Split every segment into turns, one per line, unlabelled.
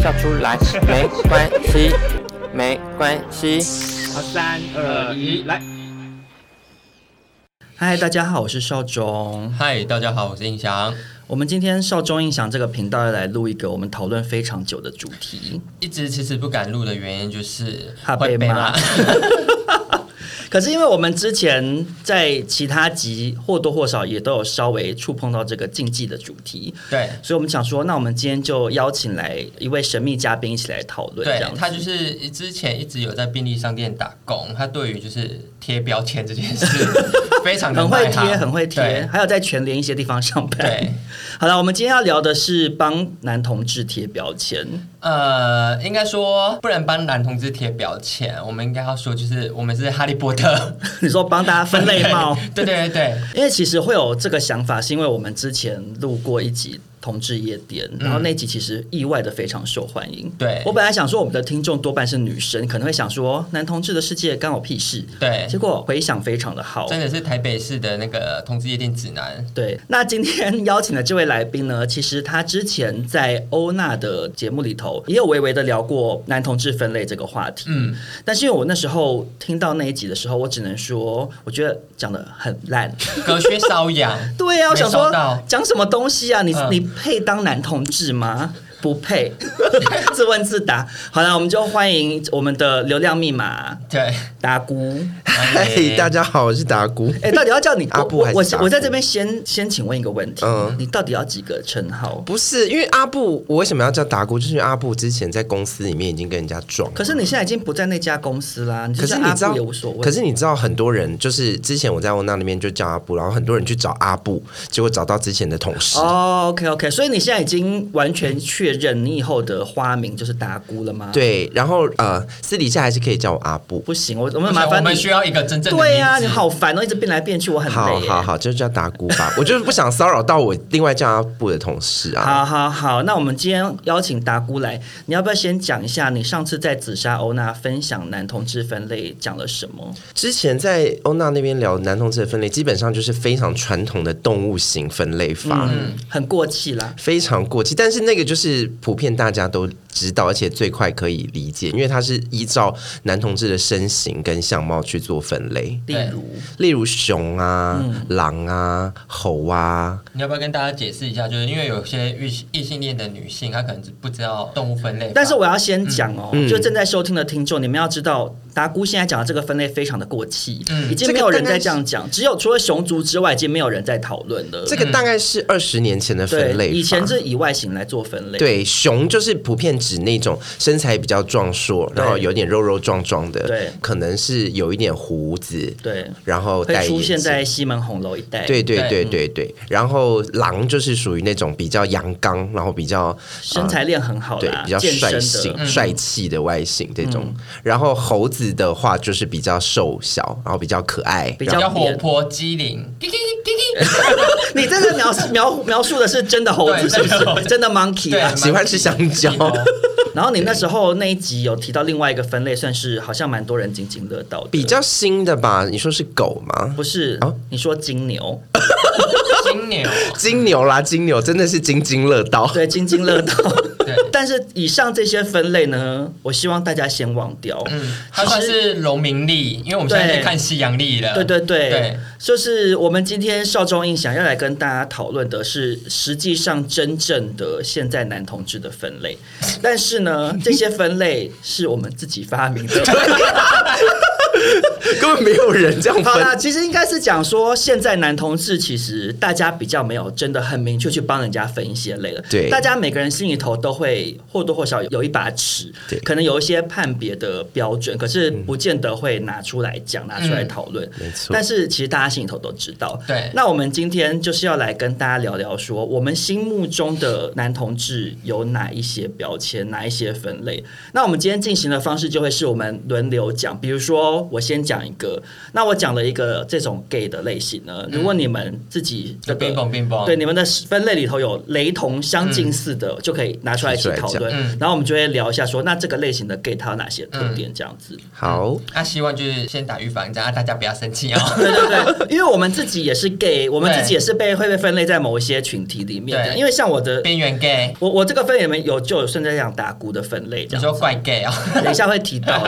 笑出来没关系， 没关系。
好，三二一，来。嗨，大家好，我是邵忠。
嗨，大家好，我是印翔。
我们今天邵忠印象这个频道要来录一个我们讨论非常久的主题，
一直迟迟不敢录的原因就是
怕被
会
骂。可是因为我们之前在其他集或多或少也都有稍微触碰到这个禁忌的主题，
对
所以我们想说，那我们今天就邀请来一位神秘嘉宾一起来讨论。这
对
样，子
他就是之前一直有在便利商店打工，他对于就是贴标签这 件事非常的
很会
卖行
贴，很会贴，
对
还有在全联一些地方上班。
对，
好了，我们今天要聊的是帮男同志贴标签。
呃，应该说不能帮男同志贴标签，我们应该要说就是我们是哈利波特
你说帮大家分类帽，
对对对对
因为其实会有这个想法，是因为我们之前录过一集同志夜店，然后那集其实意外的非常受欢迎。
嗯对
我本来想说我们的听众多半是女生，可能会想说哦男同志的世界干我屁事，
对
结果回响非常的好。
真的是台北市的那个同志夜店指南。
对，那今天邀请的这位来宾呢，其实他之前在欧娜的节目里头也有微微的聊过男同志分类这个话题。嗯，但是因为我那时候听到那一集的时候，我只能说，我觉得讲的很烂。，
隔靴搔痒
对啊，我
没
想
收
说
到
讲什么东西啊？你、
嗯
你配当男同志吗？不配， 自问自答。好了，我们就欢迎我们的流量密码
对，
达姑。
嘿，大家好，我是达姑。
哎、到底要叫你
阿布
我
还是
我
达姑
我在这边先先请问一个问题，
嗯
你到底要几个称号？
不是，因为阿布，我为什么要叫达姑？就是因为阿布之前在公司里面已经跟人家撞。
可是你现在已经不在那家公司啦，你就
可是
叫
你
阿
知道
布也无所谓。啊
可是你知道很多人就是之前我在欧娜那边就叫阿布，然后很多人去找阿布，结果找到之前的同事。
哦、o k OK，所以你现在已经完全确认你以后的花名就是达姑了吗？，
对，然后呃，私底下还是可以叫我阿布。
不行，我我们
不
麻
行我
烦
们
你。
需要一个真正的
对呀、
名字
你好烦哦，一直变来变去，我很
好
累耶。
好好，就叫达姑吧。我就是不想骚扰到我另外叫阿布的同事啊。
好好好，那我们今天邀请达姑来，你要不要先讲一下你上次在紫砂欧娜分享男同志分类讲了什么？
之前在欧娜那边聊男同志的分类，基本上就是非常传统的动物型分类法。
嗯，很过气啦。
非常过气，但是那个就是普遍大家都知道，而且最快可以理解，因为它是依照男同志的身形跟相貌去做分类，
例如，
例如熊啊、
嗯
狼啊、猴啊，
你要不要跟大家解释一下？就是因为有些异性异性恋的女性，她可能只不知道动物分类吧，
但是我要先讲哦，
嗯
就正在收听的听众，你们要知道，达姑现在讲的这个分类非常的过气，已经没有人在这样讲，只有除了熊族之外，已经没有人在讨论了。
这个大概是二十年前的分
对，
类法
以前是以外形来做分类，
对，熊就是普遍指那种身材比较壮硕，
对
然后有点肉肉壮壮的，
对
可能是有一点胡子，
对，
然后
会
戴眼
出现
镜
在西门红楼一带，
对对
对
对
嗯
对对，然后狼就是属于那种比较阳刚，然后比较
身材练很好
对
啦，
比较
健身
率
的嗯
性、。帅气的外形这种。然后猴子的话就是比较瘦小，然后比较可爱，
比
比
较
较活泼机 灵，滴滴滴滴，
你在这描描描述的是真的猴子，
对真
是不
的猴
是？
子
真的 monkey 啊
对？
喜欢吃香蕉。
然后你那时候那一集有提到另外一个分类，算是好像蛮多人津津乐道的。
比较新的吧？你说是狗吗？
不是
啊
你说金牛，
金牛，
金牛啦，金牛真的是津津乐道。
对，津津乐道。
对
但是以上这些分类呢，我希望大家先忘掉。
嗯，它算是农民历，因为我们现在在看西洋历了，
对对对，
对
就是我们今天少中印想要来跟大家讨论的是，实际上真正的现在男同志的分类， 但是呢，这些分类是我们自己发明的。
根本没有人这样
好啦，
分。
其实应该是讲说，现在男同志其实大家比较没有真的很明确去帮人家分一些类了。
对
大家每个人心里头都会或多或少有一把尺
对，嗯
可能有一些判别的标准，可是不见得会拿出来讲、拿出来讨论。
没错
但是其实大家心里头都知道。
对
那我们今天就是要来跟大家聊聊说，我们心目中的男同志有哪一些标签，哪一些分类。那我们今天进行的方式就会是我们轮流讲，比如说我先讲一个，那我讲了一个这种 gay 的类型呢，如果你们自己这
就嗯
个
冰崩冰崩，
对，你们的分类里头有雷同、相近似的，就可以拿出来一起讨
提出
论。
讲嗯
然后我们就会聊一下说，那这个类型的 gay 它有哪些特点？这样子。
好，
那、希望就是先打预防针，啊，大家不要生气哦。
对对对，因为我们自己也是 gay，我们
对
自己也是被会被分类在某一些群体里面的。
对
因为像我 的，
边缘 gay，
我我这个分类里面有就有顺带讲打鼓的分类，这
你
样
说怪 gay 哦，
等一下会提到。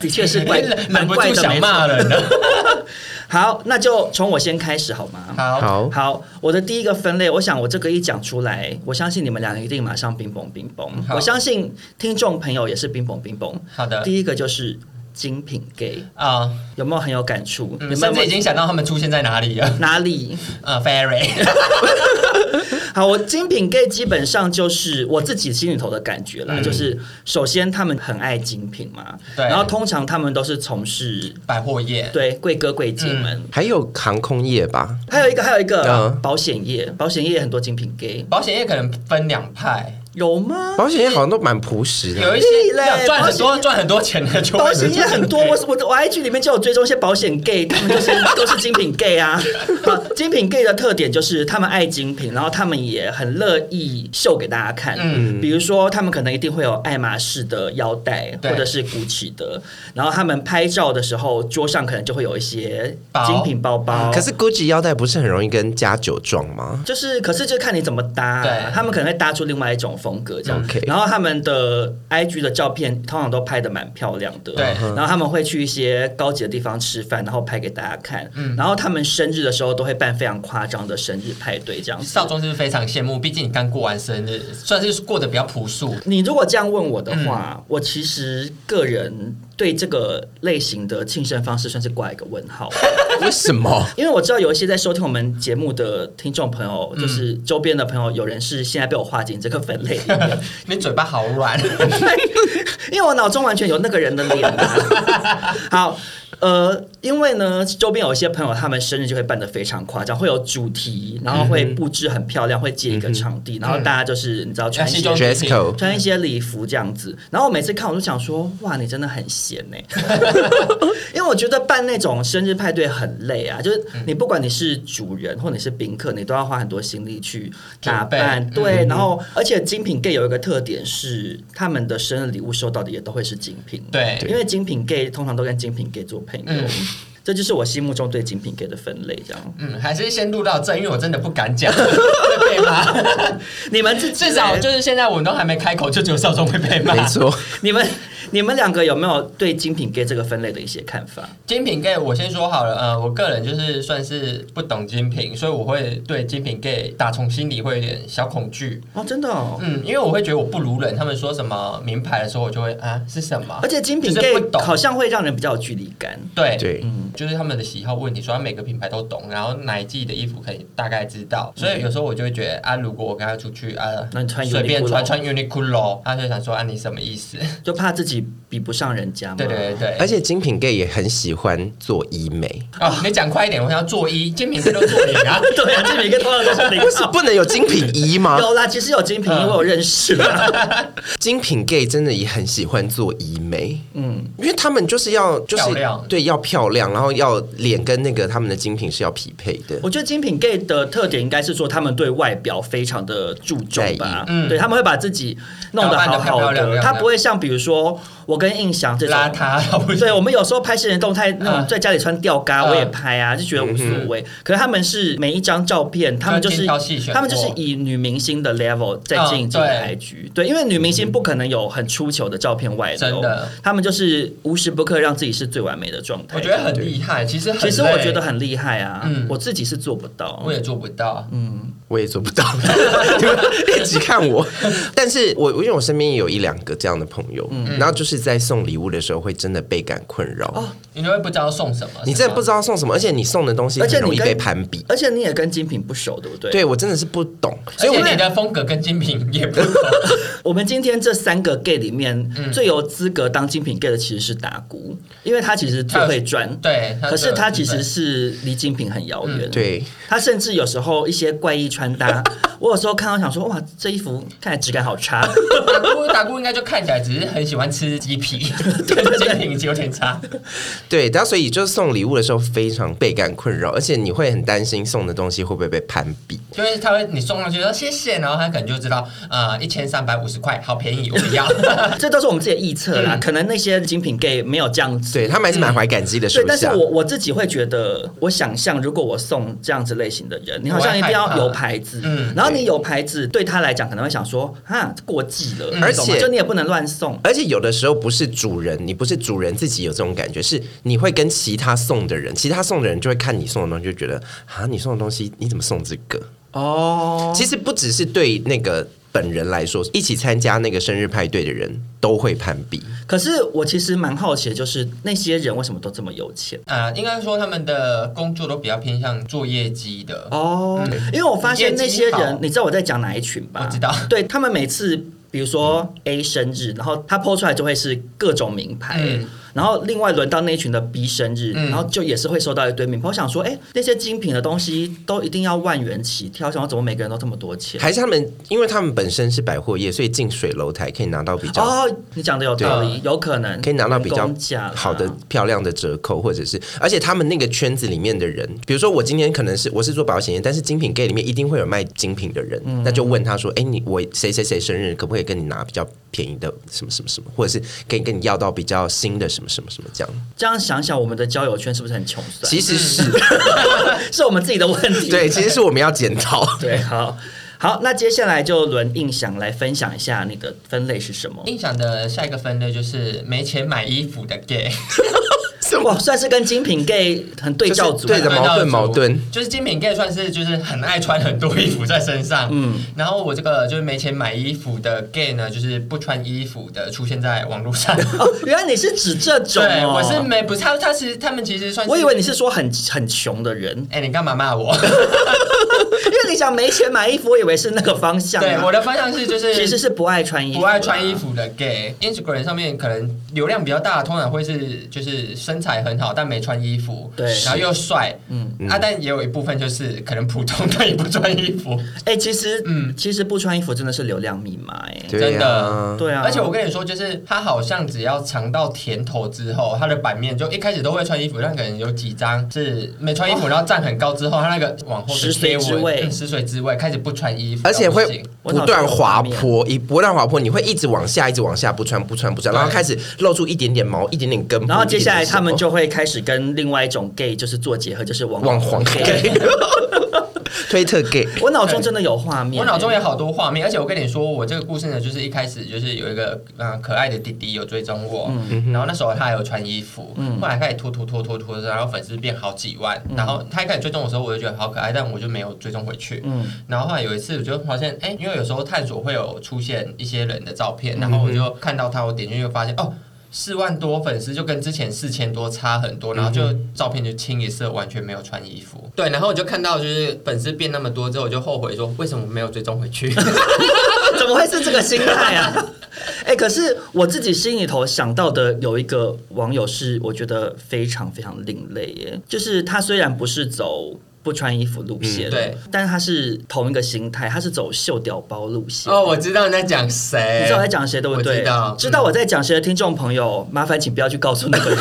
的确是怪，
忍
蛮
忍不
怪
住
的。没
想
错
骂人啊了。
好，那就从我先开始好吗？
好，
好，
好，我的第一个分类，我想我这个一讲出来，我相信你们两个一定马上冰崩冰崩。
好
我相信听众朋友也是冰崩冰崩。
好的
第一个就是精品 gay，
啊，
有没有很有感触？
嗯
你们有
甚
没
至已
有
经想到他们出现在哪里 了。
哪里？
呃，fairy，
好，我精品 gay 基本上就是我自己心里头的感觉啦，就是首先他们很爱精品嘛，
对
然后通常他们都是从事
百货业，
对贵哥贵姐们。
还有航空业吧？
还有一个，还有一个、
嗯
保险业，保险业很多精品 gay
保险业可能分两派，
有吗？
保险业好像都蛮朴实
有
的。
一
屁
些
嘞
要赚很
保
多
险
赚很多钱的就会
保险业很 多，我我我 IG 里面就有追踪一些保险 gay，他们就是 都是精品 gay 啊。好，精品 gay 的特点就是他们爱精品，然后他们也很乐意秀给大家看。嗯，比如说他们可能一定会有爱马仕的腰带，
对
或者是 GUCCI 的，然后他们拍照的时候桌上可能就会有一些
包
精品包包。
可是 GUCCI 腰带不是很容易跟加酒撞吗？
就是，可是就看你怎么搭、啊
对，
他们可能会搭出另外一种风格这样。
嗯，OK
然后他们的 IG 的照片通常都拍的蛮漂亮的，
对
然后他们会去一些高级的地方吃饭，然后拍给大家看。
嗯
然后他们生日的时候都会办非常夸张的生日派对这样子
少。中是不是非常羡慕？毕竟你刚过完生日，算是过得比较朴素。
你如果这样问我的话，
嗯
我其实个人对这个类型的庆生方式算是挂一个问 号。
为 什么？
因为我知道有一些在收听我们节目的听众朋友，就是周边的朋友，有人是现在被我划进这个分类里面，
你嘴巴好软，
因为我脑中完全有那个人的 脸、啊。好，呃，因为呢，周边有一些朋友，他们生日就会办得非常夸张，会有主题，然后会布置很漂亮，会借一个场地，然后大家嗯就是你知道穿一
西
些
装
dress code
穿一些礼服这样子。然后我每次看我都想说，哇，你真的很闲 呢、因为我觉得办那种生日派对很累啊，就是你不管你是主人或你是宾客，你都要花很多心力去打扮。
准备嗯
对，然后而且精品 gay 有一个特点是，他们的生日礼物收到的也都会是精品。
对
因为精品 gay 通常都跟精品 gay 做朋友。
嗯
这就是我心目中对精品 gay 的分类，这样。
嗯，还是先录到正，因为我真的不敢讲，会被骂。
你们自己
至少就是现在我们都还没开口，就只有少中会被骂。
没，错，
你们你们两个有没有对精品 gay 这个分类的一些看法？
精品 gay 我先说好了，呃，我个人就是算是不懂精品，所以我会对精品 gay 打从心里会有点小恐惧。
哦，真的哦。
嗯，因为我会觉得我不如人，他们说什么名牌的时候，我就会啊是什么？
而且精品
就是
gay
不懂
好像会让人比较有距离感。
对
对，
嗯就是他们的喜好问题，所以他每个品牌都懂，然后哪一季的衣服可以大概知道，所以有时候我就会觉得啊，如果我跟他出去啊，
那你穿
随便
Uniqlo
穿穿 Uniqlo，他就想说啊，你什么意思？
就怕自己比不上人家嘛。
对对对对，
而且精品 gay 也很喜欢做医美，
哦，你讲快一点，我想要做衣，精品店都做你啊，
对啊，这每个通常都是零 售。
不啊 能有精品医吗？
有啦，其实有精品，因为我认识啊 啦。
精品 gay 真的也很喜欢做医美，
嗯，
因为他们就是要就是
漂亮
对要漂亮，然后要脸跟那个他们的精品是要匹配的。
我觉得精品 gay 的特点应该是说，他们对外表非常的注重吧。
嗯
对，他们会把自己弄得好
打扮得漂漂
好
亮
的，
亮
他不会像比如说我跟印象这种。
邋遢，不
啊对，我们有时候拍新人动态，那种
嗯
在家里穿吊嘎，
嗯
我也拍啊，就觉得无所谓。可是他们是每一张照片，他们就
精
是
挑细选过啊
他们就是以女明星的 level 在经营自己的 IG，对，因为女明星不可能有很出糗的照片外
真
流
的，
他们就是无时不刻让自己是最完美的状态。
我觉得很厉害，其实很
其实我觉得
累
很厉害啊
嗯，
我自己是做不到
我。也做不到，嗯，
我也做不 到，你们一直看 我。但是我因为我身边也有一两个这样的朋友，然后就是在送礼物的时候会真的倍感困扰。
你就会不知道送什么，
你真的不知
道。
道送什么，而且你送的东西
而且
很
你
容易
跟
被攀比。
而且你也跟精品不熟，对不对？，
对我真的是不 懂，
而
所以我
且你的风格跟精品也不同，
我们今天这三个 gay 里面，
嗯
最有资格当精品 gay 的其实是达姑，因为他其实最会赚，
对。
可是他其
就
实是离精品很遥
嗯
远。
对
他甚至有时候一些怪异穿 搭，我有时候看到想说，哇，这衣服看起来质感好差。
打姑打姑应该就看起来只是很喜欢吃鸡皮，跟精品有点差。
对，然后所以就是送礼物的时候非常倍感困扰，而且你会很担心送的东西会不会被攀比。
就是他会你送上去说谢谢，然后他可能就知道，呃，一千三百五十块，好便宜，我不要。
这都是我们自己的臆测
嗯
啦，可能那些精品 gay 没有这样子。
对他们还是蛮怀感激的手
对，但是
下。
我我自己会觉得，我想象如果我送这样子类型的人，你好像一定
我会害
要
怕
有牌子，
嗯
然后你有牌子，对他来讲可能会想说，啊，过季了，
而
你懂吗
且
就你也不能乱送。
而且有的时候不是主人，你不是主人自己有这种感觉，是你会跟其他送的人，其他送的人就会看你送的东西，就觉得啊，你送的东西你怎么送这个？
哦，
其实不只是对那个本人来说，一起参加那个生日派对的人都会攀比。
可是我其实蛮好奇的，就是那些人为什么都这么有钱？
呃，应该说他们的工作都比较偏向做业绩的。
哦，
嗯
因为我发现那些
业绩
人
好，
你知道我在讲哪一群吧？
我知道嗯
对他们每次，比如说 A 生日，然后他 PO 出来就会是各种名牌。
嗯
然后另外轮到那一群的 B 生日，
嗯
然后就也是会收到一堆名牌。我想说，哎，那些精品的东西都一定要万元起跳，想说怎么每个人都这么多钱？
还是他们，因为他们本身是百货业，所以进水楼台可以拿到比较、
哦，你讲的有道理，有可能
可以拿到比
嗯
较
人工价啦
好的、漂亮的折扣，或者是，而且他们那个圈子里面的人，比如说我今天可能是我是做保险业，但是精品 gay 里面一定会有卖精品的人，
嗯
那就问他说，哎、你我谁谁谁生日，可不可以跟你拿比较便宜的什么什么什么，或者是可以跟你要到比较新的什么什么什么这样？
这样想想，我们的交友圈是不是很穷酸？
其实是、
是我们自己的问题。
对，其实是我们要检 讨。
对，好好，那接下来就轮印象来分享一下你的分类是什么。
印象的下一个分类就是没钱买衣服的 gay，
哇，算是跟精品 gay 很对照组啊，
就是对的矛盾矛盾，
就是精品 gay 算是就是很爱穿很多衣服在身上，嗯，然后我这个就是没钱买衣服的 gay 呢，就是不穿衣服的出现在网络 上，
哦，原来你是指这种
对，
哦，
我是没不是他他其实他们其实算是，
我以为你是说很很穷 的人，
哎、你干嘛骂 我？
因为你想没钱买衣服，我以为是那个方向、啊。
对，我的方向是就是
其实是不爱穿衣服、啊
不爱穿衣。服的 gay，Instagram 上面可能流量比较大，通常会是就是身材很好但没穿衣服，
对
然后又帅，嗯啊，但也有一部分就是可能普通但也不穿衣服，
哎、其实，嗯，其实不穿衣服真的是流量密码、哎。
对
真
呀、
的
对啊，
而且我跟你说，就是他好像只要尝到甜头之后，他的版面就一开始都会穿衣服，但可能有几张是没穿衣服，然后站很高之后，他那个往后的
哦食髓
贴
知
文
味
嗯食髓知味开始不穿衣服，
而且
到不行
会
我
不
脑中
断滑
有画
坡，一不断滑坡，你会一直往下，一直往下，不穿不穿不穿，然后
对
开始露出一点点毛，一点点根部。
然后接下来他们
一点点什么
就会开始跟另外一种 gay 就是做结合，就是网
网黄 gay，推特 gay，
我脑中真的有画面，
我脑中
哎
有好多画面，而且我跟你说，我这个故事呢，就是一开始就是有一个嗯、呃可爱的弟弟有追踪我，
嗯
然后那时候他还有穿衣服，后来开始拖拖拖拖拖，然后粉丝变好几万，
嗯
然后他一开始追踪我的时候，我就觉得好可爱，但我就没有追踪回去。
嗯
然后后来有一次，我就发现，哎、因为有时候探索会有出现一些人的照
嗯
片，然后我就看到他，我点进去就发现，哦。四万多粉丝就跟之前四千多差很多，然后就照片就清一色，完全没有穿衣服。嗯对，然后我就看到就是粉丝变那么多之后，我就后悔说为什么没有追踪回 去？
怎么会是这个心态啊？ 哎、可是我自己心里头想到的有一个网友是，我觉得非常非常另类耶，就是他虽然不是走。不穿衣服路线，
嗯对，
但是他是同一个心态，他是走秀屌包路线。
哦，我知道你在讲谁，
你知道我在讲谁对不对？
哎我知道
我在讲谁的听众朋友，麻烦请不要去告诉那个 人。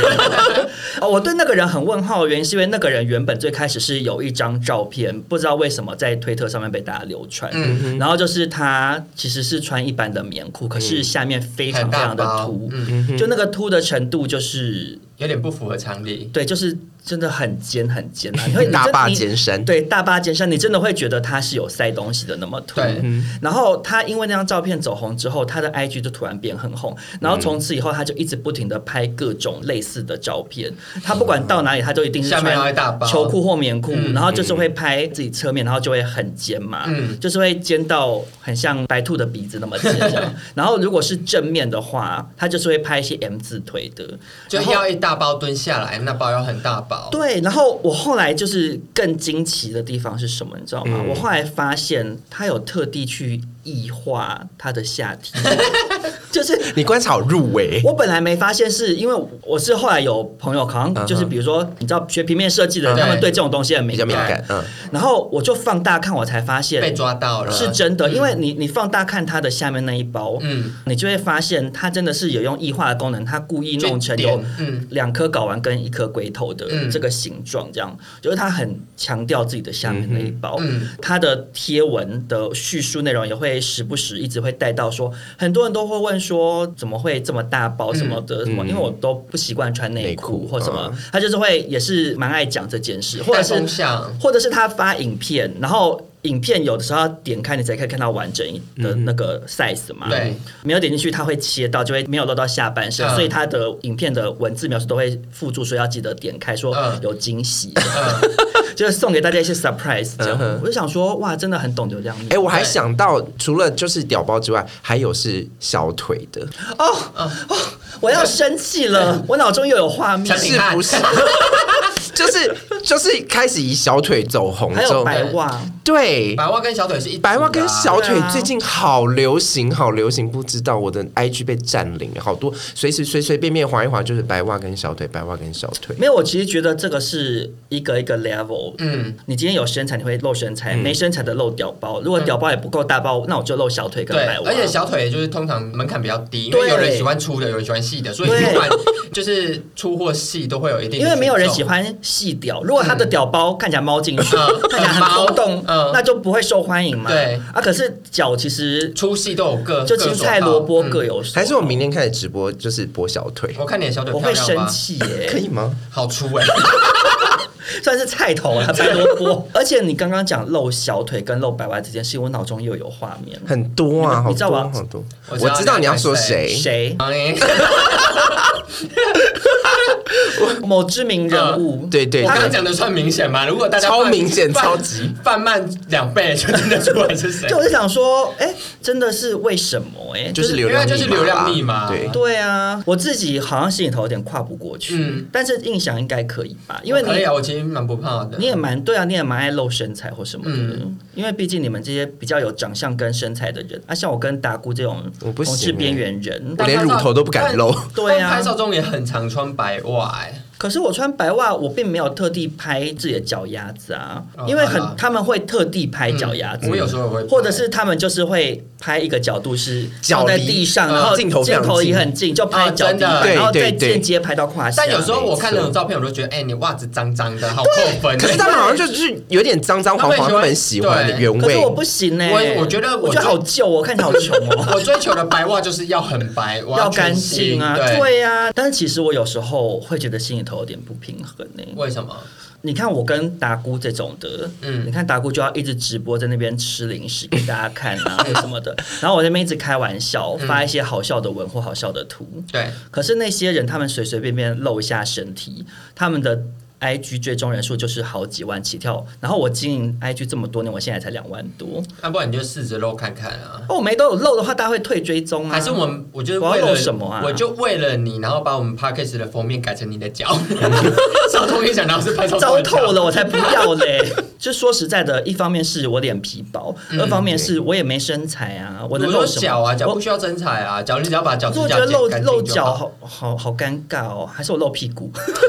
哦，我对那个人很问号，原因是因为那个人原本最开始是有一张照片，不知道为什么在推特上面被大家流传。
嗯
然后就是他其实是穿一般的棉裤，可是下面非常
很
非
大
常的
包
凸，
嗯，
就那个凸的程度就是
有点不符合常理。
对，就是真的很尖很尖
嗯
啊！你会
大坝
你真
尖山
你对大坝尖山，你真的会觉得他是有塞东西的那么突。
对
然后他因为那张照片走红之后，他的 IG 就突然变很红，然后从此以后他就一直不停的拍各种类似的照片。他不管到哪里，他都一定是
下面还有一
穿
大包
球裤或棉裤，
嗯
然后就是会拍自己侧面，然后就会很尖嘛，
嗯
就是会尖到很像白兔的鼻子那么尖这 样。然后如果是正面的话，他就是会拍一些 M 字腿的，
就
然后
要一大包蹲下来，那包要很大包。
对，然后我后来就是更惊奇的地方是什么，你知道吗？我后来发现他有特地去异化他的下体， 就是
你观察好入围，
我本来没发现是，因为我是后来有朋友，好像就是
嗯哼
比如说，你知道学平面设计的人，
嗯
他们对这种东西很
比
敏
较敏
感，
感，嗯，
然后我就放大看，我才发现
被抓到了，
是真的，因为你你放大看它的下面那一包，
嗯，
你就会发现它真的是有用异化的功能，它故意弄成
就点
有
嗯
两颗睾丸跟一颗龟头的
嗯
这个形状，这样就是它很强调自己的下面那一包
嗯哼嗯。
它的贴文的叙述内容也会时不时一直会带到说，很多人都会问说怎么会这么大包什么的什么，
嗯
因为我都不习惯穿内
内
裤
裤
或什么
嗯，
他就是会也是蛮爱讲这件事，或
带
者是
风向，
或者是他发影片，然后影片有的时候要点开你才可以看到完整的那个 size 嘛。
嗯对，
没有点进去它会切到，就会没有露到下半身，
嗯
所以他的影片的文字描述都会附注说要记得点开，说
嗯
有惊喜，
嗯，
就是送给大家一些 surprise 这样。
嗯哼
我就想说，哇，真的很懂流量密
哎、我还
对
想到，除了就是屌包之外，还有是小腿的，
哦哦，我要生气 了，我脑中又有画面
产，品
是
汉
不是？ 就是就是开始以小腿走红
还
之
有
后，
白袜，
对。
白袜跟小腿是一组的啊
白袜跟小腿
对啊
最近好流行，好流行，不知道我的 IG 被占领，好多随时随随便便划一划就是白袜跟小腿，白袜跟小腿。
没有，我其实觉得这个是一个一个 level，
嗯，
你今天有身材，你会露身材；没身材的露屌包。如果屌包也不够大包，那我就露小腿
嗯
跟
对
白，袜。
而且小腿就是通常门槛比较低，因为
对
有人喜欢粗的，有人喜欢细的，所以
对
不管 就是粗或细都会有一定的
因为没有人喜
权
欢细屌，如果他的屌包看起来猫进去，
嗯
看起来很空洞，
嗯
那就不会受欢迎嘛。
对
啊，可是脚其实
重，粗细都有各嗯
就青菜萝卜各。
所好
有所好，
还是我明天开始直播，就是播小腿
嗯，
哦
我看你的小腿
我
漂
会
亮
生
吗？
气耶、
可以吗？
好粗 哎，
算是菜头啊，白萝卜。而且你刚刚讲露小腿跟露白袜这件事，我脑中又有画面。
很多啊，
你们
好
你知道我要
多好多。
我知
我
道
知道你要说谁，
谁？
好嘞
某知名人物？
嗯对对
我刚
对
刚讲的算明显吗？如果大家
超
贩
明显
贩
超级
贩慢两倍，就听得出来是谁
就。我就想说，哎、真的是为什么、哎，
就是流量密码
因
啦，
为就是流量密码
对，
对啊，我自己好像心里头有点跨不过去，
嗯
但是印象应该可以吧？因为
可以
你、
啊，我其实蛮不怕的。
你也蛮对啊，你也蛮爱露身材或什么的，
嗯
因为毕竟你们这些比较有长相跟身材的人，啊，像我跟达姑这种
我不
同
行
是
欸
边缘人
我，连乳头都不敢露。
对
但
啊
拍。照中也很常穿白袜、欸，
可是我穿白袜，我并没有特地拍自己的脚丫子啊，
哦
因为很
好啦
他们会特地拍脚丫子。
嗯我有时候也会拍
或者是他们就是会拍一个角度是
脚
放在
离
地上，
呃
然后
镜头非
镜
常
头也
近
很近，就拍
哦
脚
真
底
的
板，
对
然后再
对对
间接拍到胯下。
但有时候我看那
没
种
错
照片，我就觉得，哎、你袜子脏脏的，好扣分、欸。
可是他们好像就是有点脏脏黄黄，他们喜欢的原
可是
味
我。不行呢、
我我觉得我
我觉
最
得好旧哦，看起来好穷 哦。
我追求的白袜就是要很白，我
要
全
干
新
净啊，
对，
对呀、啊，但是其实我有时候会觉得心里头有点不平衡呢、
为什么？
你看我跟达姑这种的，
嗯
嗯，你看达姑就要一直直播在那边吃零食给大家看 啊什么的，然后我在那边一直开玩笑，发一些好笑的文或好笑的图。
对，
可是那些人他们随随便便露一下身体，他们的 IG 追踪人数就是好几万起跳，然后我经营 IG 这么多年，我现在才两万多。
要、不然你就试着露看看啊。
哦，没都有漏的话，大家会退追踪啊？
还是我们，我就是
我要
为了
露什么啊
我就为了你，然后把我们 podcast 的封面改成你的 脚，上通一想，然后是拍照
糟透了，我才不要嘞！ 就说实在的，一方面是我脸皮薄，
嗯
二方面是我也没身材啊，我
我
能
说
露什
脚
么？
啊，脚
我
不需要身材啊，脚你只要把脚趾
可是我觉
甲
得
剪
露
干净就
露脚
好
好好好尴尬哦，还是我露屁股？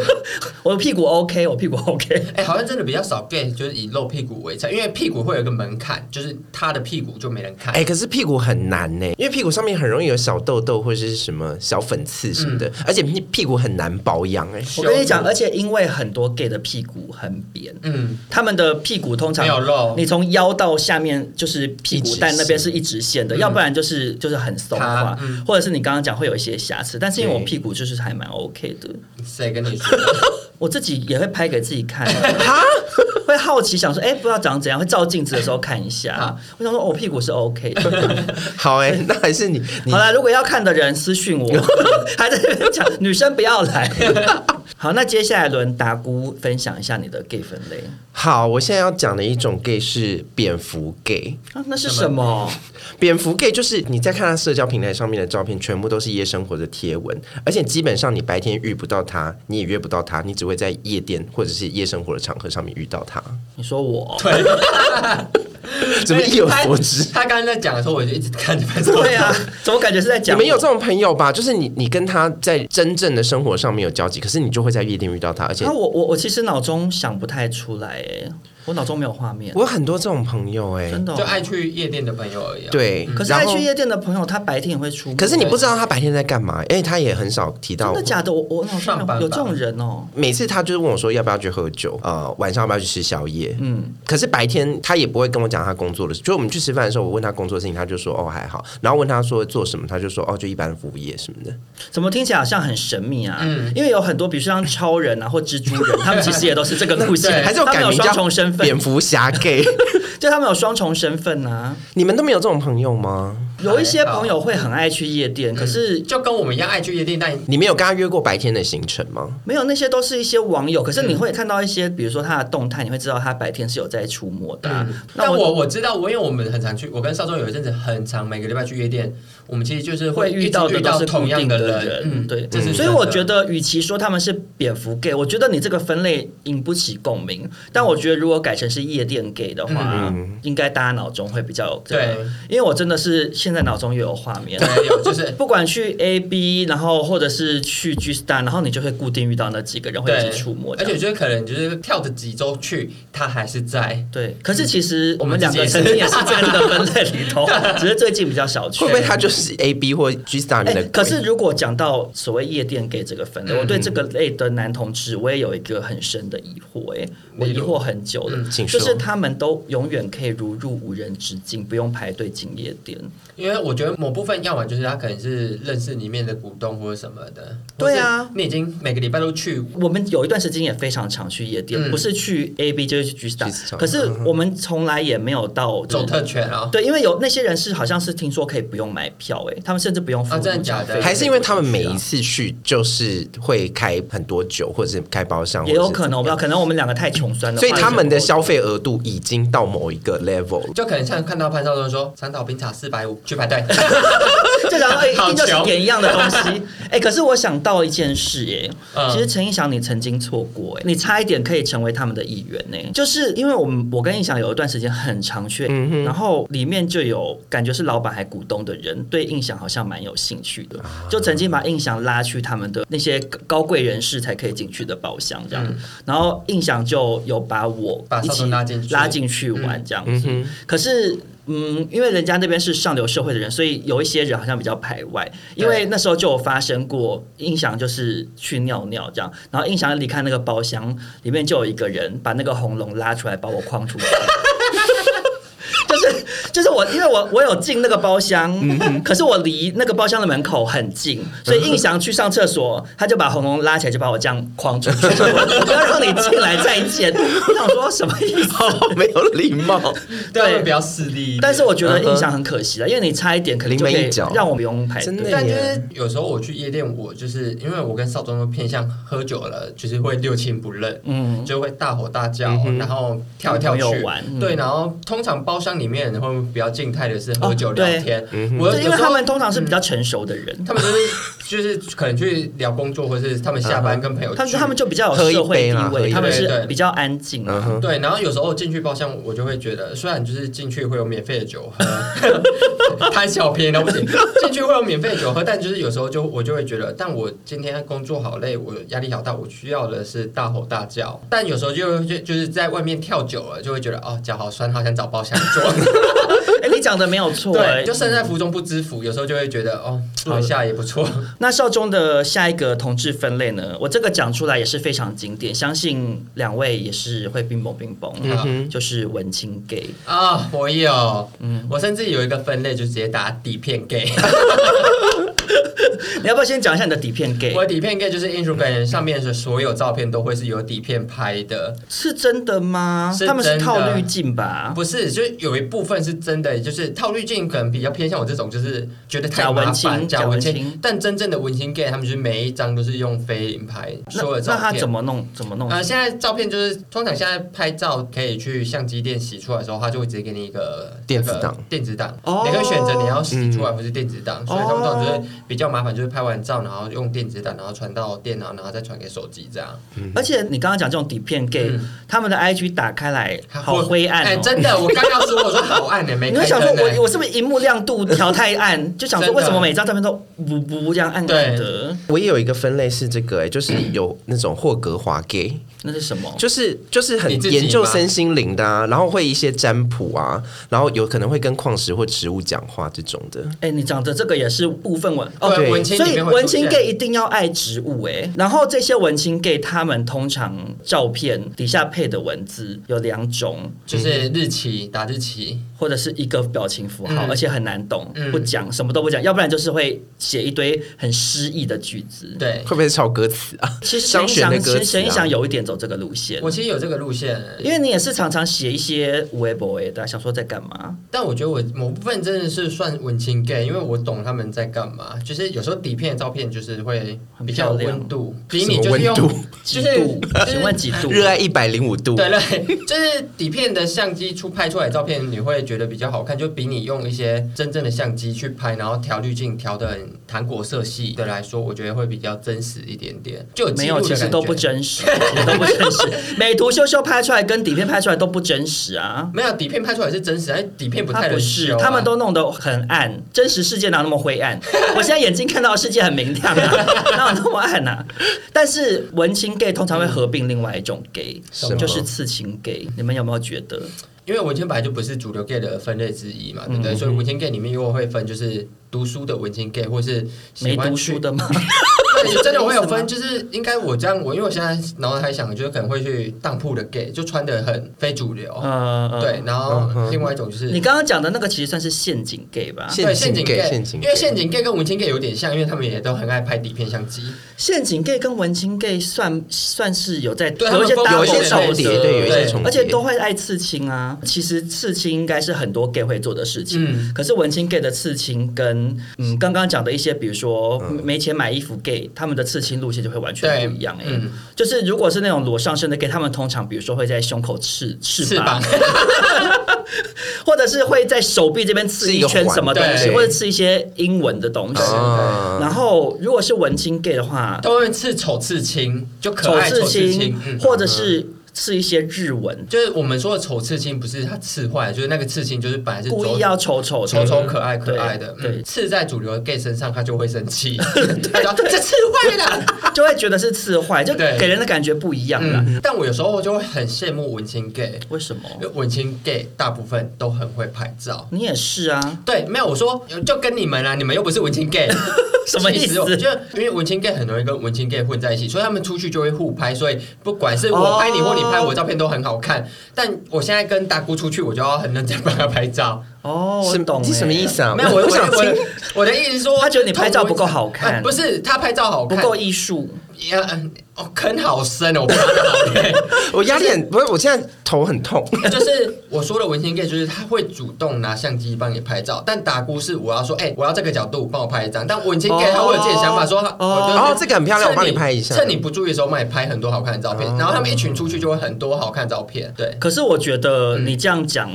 我的屁股 OK，我屁股 OK。
哎、好像真的比较少 gay，就是以露屁股为菜，因为屁股会有一个门槛，就是他的屁股就没人看。
哎、可是屁股很难呢、因为屁股上面很容易有小痘痘或者是什么小粉刺什么的，而且屁屁股很难保养哎、
我跟你讲，而且因为很多 gay 的屁股很扁，
嗯，
他们的屁股通常
没有肉
你从腰到下面就是屁
一直
股
线
蛋那边是一直线的，要不然就是就是很松化
嗯塌，嗯
或者是你刚刚讲会有一些瑕疵，但是因为我
对
屁股就是还蛮 OK 的，
谁跟你说？
我我自己也会拍给自己 看，会好奇想说，哎、不知道长怎样，会照镜子的时候看一下
好。
我想说，我、哦屁股是 OK 的。
好哎、那还是你 你
好啦，如果要看的人私讯我， 还在那边讲女生不要来。 好，那接下来轮达姑分享一下你的 gay 分类
好，我现在要讲的一种 gay 是蝙蝠 gay。
啊，那是什么？
蝙蝠 gay 就是你在看他社交平台上面的照片，全部都是夜生活的贴文，而且基本上你白天遇不到他，你也约不到他，你只会在夜店或者是夜生活的场合上面遇到他。
你说我？
怎么意有所指？
他他刚刚在讲的时候，我就一直看着他说
对啊，怎么感觉是在
你
讲我？
们有这种朋友吧？就是你，你跟他在真正的生活上面有交集，可是你就会在夜店遇到他，而且
那啊我我我其实脑中想不太出来哎，我脑中没有画面
我，有很多这种朋友哎、
真的哦、
就爱去夜店的朋友而已、啊。，
对，
可是
然
爱
后
去夜店的朋友，他白天也会出门。啊
可是你不知道他白天在干嘛，因为他也很少提到
真
我
的。假啊的？我我脑中
上
没
班
有
吧
有这种人哦。
每次他就是问我说要不要去喝酒，呃，晚上要不要去吃宵夜？
嗯，
可是白天他也不会跟我讲他工作的事，就我们去吃饭的时候，我问他工作的事情，他就说哦还好，然后问他说做什么，他就说哦就一般的服务业什么的。
怎么听起来好像很神秘啊？
嗯
因为有很多，比如说像超人啊或蜘蛛 人，他们其实也都是这个路线，
还是我
他们
改
有
名
双
叫
重身
蝙
份，
蝠侠 gay，
就他们有双重身份啊。
你们都没有这种朋友吗？
有一些朋友会很爱去夜
嗯
店，可是
就跟我们一样爱去夜店，
嗯
但
你们有跟他约过白天的行程吗？
没有那些都是一些网友，可是
嗯
你会看到一些，比如说他的动态，你会知道他白天是有在出没的啊。那
嗯但我我知道，我因为我们很常去，我跟邵宗有一阵子很常每个礼拜去夜店，我们其实就是
会
一直
遇到的
遇
都
到
是固
同样
定的
人
人，，
嗯，
对，
这是
所
真
以
的
我觉得，与其说他们是蝙蝠 gay，我觉得你这个分类引不起共鸣。但我觉得，如果改成是夜店 gay 的话，应该大家脑中会比较有这个
嗯对，
因为我真的是现在脑中又有画面。
对有就是
不管去 A B，然后或者是去 G Star，然后你就会固定遇到那几个人 会一
对
起触摸这
而
样，
且就是可能就是跳着几周去，他还是在。
对。可是其实我
我
们
们自
两
己
个
也是
曾经也是在这个分类里 头，只是最近比较少去。
会不会他就是 A B 或 G Star 里
哎、
面的鬼？
可是如果讲到所谓夜店给这个分类，
嗯
我对这个类的男同志，我也有一个很深的疑惑、哎，我
例
疑
如
惑很久了，
嗯请
就
说
是他们都永远可以如入无人之境，不用排队进夜店。
因为我觉得某部分，要么就是他可能是认识里面的股东或者什么的。
对啊
或是你已经每个礼拜都去，
我们有一段时间也非常常去夜店，
嗯
不是去 A B 就是去 G Star，
Star，嗯
可是我们从来也没有到
走特。权啊。
对，因为有那些人是好像是听说可以不用买票、哎，他们甚至不用付
啊真的
入
假
场
的
费
还是因为他们每
就可以进去啊
一次去就是会开很多酒，或者是开包厢，
也有可能，我不知
或者是
道，可能我们两个太穷酸了，
所以他们的
消。
消费额度已经到某一个 level 了。
就可能像看到潘少忠说三岛冰茶四百五去排队，
这两个一定 就是
好巧
点一样的东西。 哎、可是我想到一件事、哎、
嗯
其实陈映祥你曾经错过、哎，你差一点可以成为他们的一员呢、哎就是因为我们我跟映祥有一段时间很常去，
嗯
然后里面就有感觉是老板还股东的人对映祥好像蛮有兴趣的，
啊
就曾经把映祥拉去他们的那些高贵人士才可以进去的包厢这样，然后映祥就有把我
嗯把
一
少
起
宗拉进去
拉进去玩这样子，可是。嗯，因为人家那边是上流社会的人，所以有一些人好像比较排外。因为那时候就有发生过，印象就是去尿尿这样，然后印象离开那个包厢，里面就有一个人把那个红龙拉出来，把我框出去。就是就是我，因为我我有进那个包厢，可是我离那个包厢的门口很近，所以印象去上厕所，他就把红龙拉起来，就把我这样框出去，不要让你进来再见。我想说什么意思？
好没有礼貌，
对他们比较势利一点。
但是我觉
嗯
得印象很可惜了，因为你差一点可能就可
临门
以
一脚
让我不用排
真的
队。
但就
耶
是有时候我去夜店，我就是因为我跟少宗都偏向喝酒了，就是会六亲不认，
嗯，
就会大吼大叫，然后跳来
跟
跳
朋友
去
玩嗯
对，然后通常包厢里面会比较静态的是喝酒
哦
聊
对
天。我
就是因
有
为
时
他
候
们通常是比较成熟的人，
嗯
他们就是就是可能去聊工作，或是他们下班跟朋友
嗯他们
聚
他们就比较有
喝一
社会
杯
地
啦喝
位，
一
他们
杯
是
对
比较安静啊。
嗯哼，
对，然后有时候进去包厢，我就会觉得，虽然就是进去会有免费的酒喝，贪小便宜了不行，进去会有免费的酒喝，但就是有时候就我就会觉得，但我今天工作好累，我压力好大，我需要的是大吼大叫。但有时候就就就是在外面跳久了，就会觉得哦，脚好酸，好想找包厢坐。
哎，你讲的没有错，哎
对，就身在福中不知福，有时候就会觉得哦，坐一下也不错。
那少中的下一个同志分类呢？我这个讲出来也是非常经典，相信两位也是会冰崩冰崩，
嗯
哼
就是文青 gay。
啊、我有，我甚至有一个分类，就直接打底片 gay。
你要不要先讲一下你的底片 gay？
我的底片 gay 就是 Instagram 上面的所有照片都会是由底片拍的，
是真的吗？
是
他们是
真的
套滤镜吧？
不是，就是有一部分是真的，就是套滤镜可能比较偏向我这种，就是觉得太
假文
麻
青
烦，假文
假文青
青。但真正的文青 gay，他们就是每一张都是用飞影拍
那
所有的照
那
片。
他怎么弄？怎么弄？
呃，现在照片就是通常现在拍照可以去相机店洗出来的时候，他就会直接给你一个
电子
那个
档嗯
电子档，
哦
你可以选择你要洗出来或是电子档，所以他们通常就是比较麻烦，就是拍完照然后用电子档，然后传到电脑，然后再传给手机这样。
而且你刚刚讲这种底片 gay，、
嗯
他们的 IG 打开来好灰暗、哦
哎，真的，我刚要说我说好暗欸呢，没
你会
开
想
灯
说
呢。
我我是不是荧幕亮度调 太暗？就想说
真的
为什么每张照片都不不这样暗暗的？
我也有一个分类是这个、哎，就是有那种霍格华 gay，
那是什么？
就是就是很
你自己吗
研究身心灵的啊，然后会一些占卜啊，然后有可能会跟矿石或植物讲话这种的。
哎、你讲的这个也是部分文哦，
对
对
文青
所
里
以
面会
文
出
青
现
gay 一定要爱植物哎、然后这些文青 gay 他们通常照片底下配的文字有两种，
就是日期打日期，
或者是一个表情符号，
嗯
而且很难懂，
嗯
不讲什么都不讲，要不然就是会写一堆很诗意的句子。，
对
会不会是抄歌词啊？
其实沈
张
一
悬
翔
的歌
沈
词、
沈一
啊
翔。有一点走这个路线
我。其实有这个路线，
因为你也是常常写一些微博诶的，想说在干嘛？
但我觉得我某部分真的是算文青 gay，因为我懂他们在干嘛。就是有时候底片的照片就是会比较有温度，比你就是用
什么温度
几
就是
度？
就是
请问几度？
热爱一百零五度，
对对，就是底片的相机出拍出来的照片，你会觉得比较好看，就比你用一些真正的相机去拍，然后调滤镜调的糖果色系的来说，我觉得会比较真实一点点。就
没有，其实都不
真。
真实，也都不 真实。美图秀秀拍出来跟底片拍出来都不真实啊。
没有底片拍出来是真实，但是底片不
它
太
不
能
是，
修啊
他们都弄得很暗，真实世界哪有那么灰 暗？我现在眼睛看到的世界很明亮啊，哪有那么暗啊？但是文青 gay 通常会合并另外一种 gay，
什么
就是刺青 gay。你们有没有觉得？
因为文青本来就不是主流 gay 的分类之一嘛，对不
嗯
对？所以文青 gay 里面又会分就是读书的文青 gay，或是
没
喜欢
读
去
书，的吗？
对， 真的我有
什么意思
分，
吗
就是应该我这样，我因为我现在脑海想的就是可能会去当铺的 gay，就穿的很非主流，
嗯，嗯
对。。然后
嗯
另外一种就是
你刚刚讲的那个其实算是陷阱 gay 吧？
陷
对陷
阱
阱
gay，
gay，
陷阱
因为
gay
陷阱 gay 跟文青 gay 有点像，因为他们也都很爱拍底片相机，
陷阱 gay 跟文青 gay 算算是有在
对
有一些
他们
搭
分
有一
伙
些
搭
手
重
伙
叠，
手
对，有一些
对
重叠，
而且都会爱刺青啊。其实刺青应该是很多 gay 会做的事情，
嗯
可是文青 gay 的刺青跟嗯刚刚讲的一些，比如说、没钱买衣服 gay，他们的刺青路线就会完全
对，
不一样哎、
嗯，
就是如果是那种裸上身的 gay，他们通常比如说会在胸口刺刺
翅膀，
或者是会在手臂这边刺
是一
一
个
圈什么东
环
西，
对
或者刺一些英文的东西。
啊
然后如果是文青 gay 的话，
都会刺丑刺青，就可
丑
爱
刺
丑刺
青
青，嗯
或者是刺一些日文，
就是我们说的丑刺青，不是它刺坏，就是那个刺青，就是本来是
故意
走
要丑丑的
丑丑可爱可爱的，
对
嗯，
对，
刺在主流的 gay 身上，他就会生 气，他说这刺坏了。
就会觉得是刺坏，就
对
给人的感觉不一样了。
嗯，但我有时候就会很羡慕文青 gay，
为什么？
因为文青 gay 大部分都很会拍照。
你也是啊？
对，没有我说就跟你们啊，你们又不是文青 gay，
什么意
其
思
实？我就因为文青 gay 很容易跟文青 gay 混在一起，所以他们出去就会互拍，所以不管是
哦
我拍你或你拍我，照片都很好看。但我现在跟大姑出去，我就要很认真帮她拍照。
哦，我
什么
懂、欸。
你什么意思？啊？
没有，我
不
我
想
我
听
的。我的意思是说，
他觉得你拍照不够好看
啊不是他拍照好
不
看，
够艺术，
也嗯哦，坑好深哦，我不知 道
我压力很，不是，我现在头很痛。
就是我说的文青 gay，就是他会主动拿相机帮你拍照，但打姑是我要说，哎、我要这个角度，帮我拍一张。但文青 gay
哦
他会有自己的想法，说，啊
哦
我就是
哦这个很漂亮我帮你拍一下
趁你不注意的时候，帮你拍很多好看的照片。然后他
哦
们一群出去就会很多好看的照片，对。
可是我觉得你这 样讲。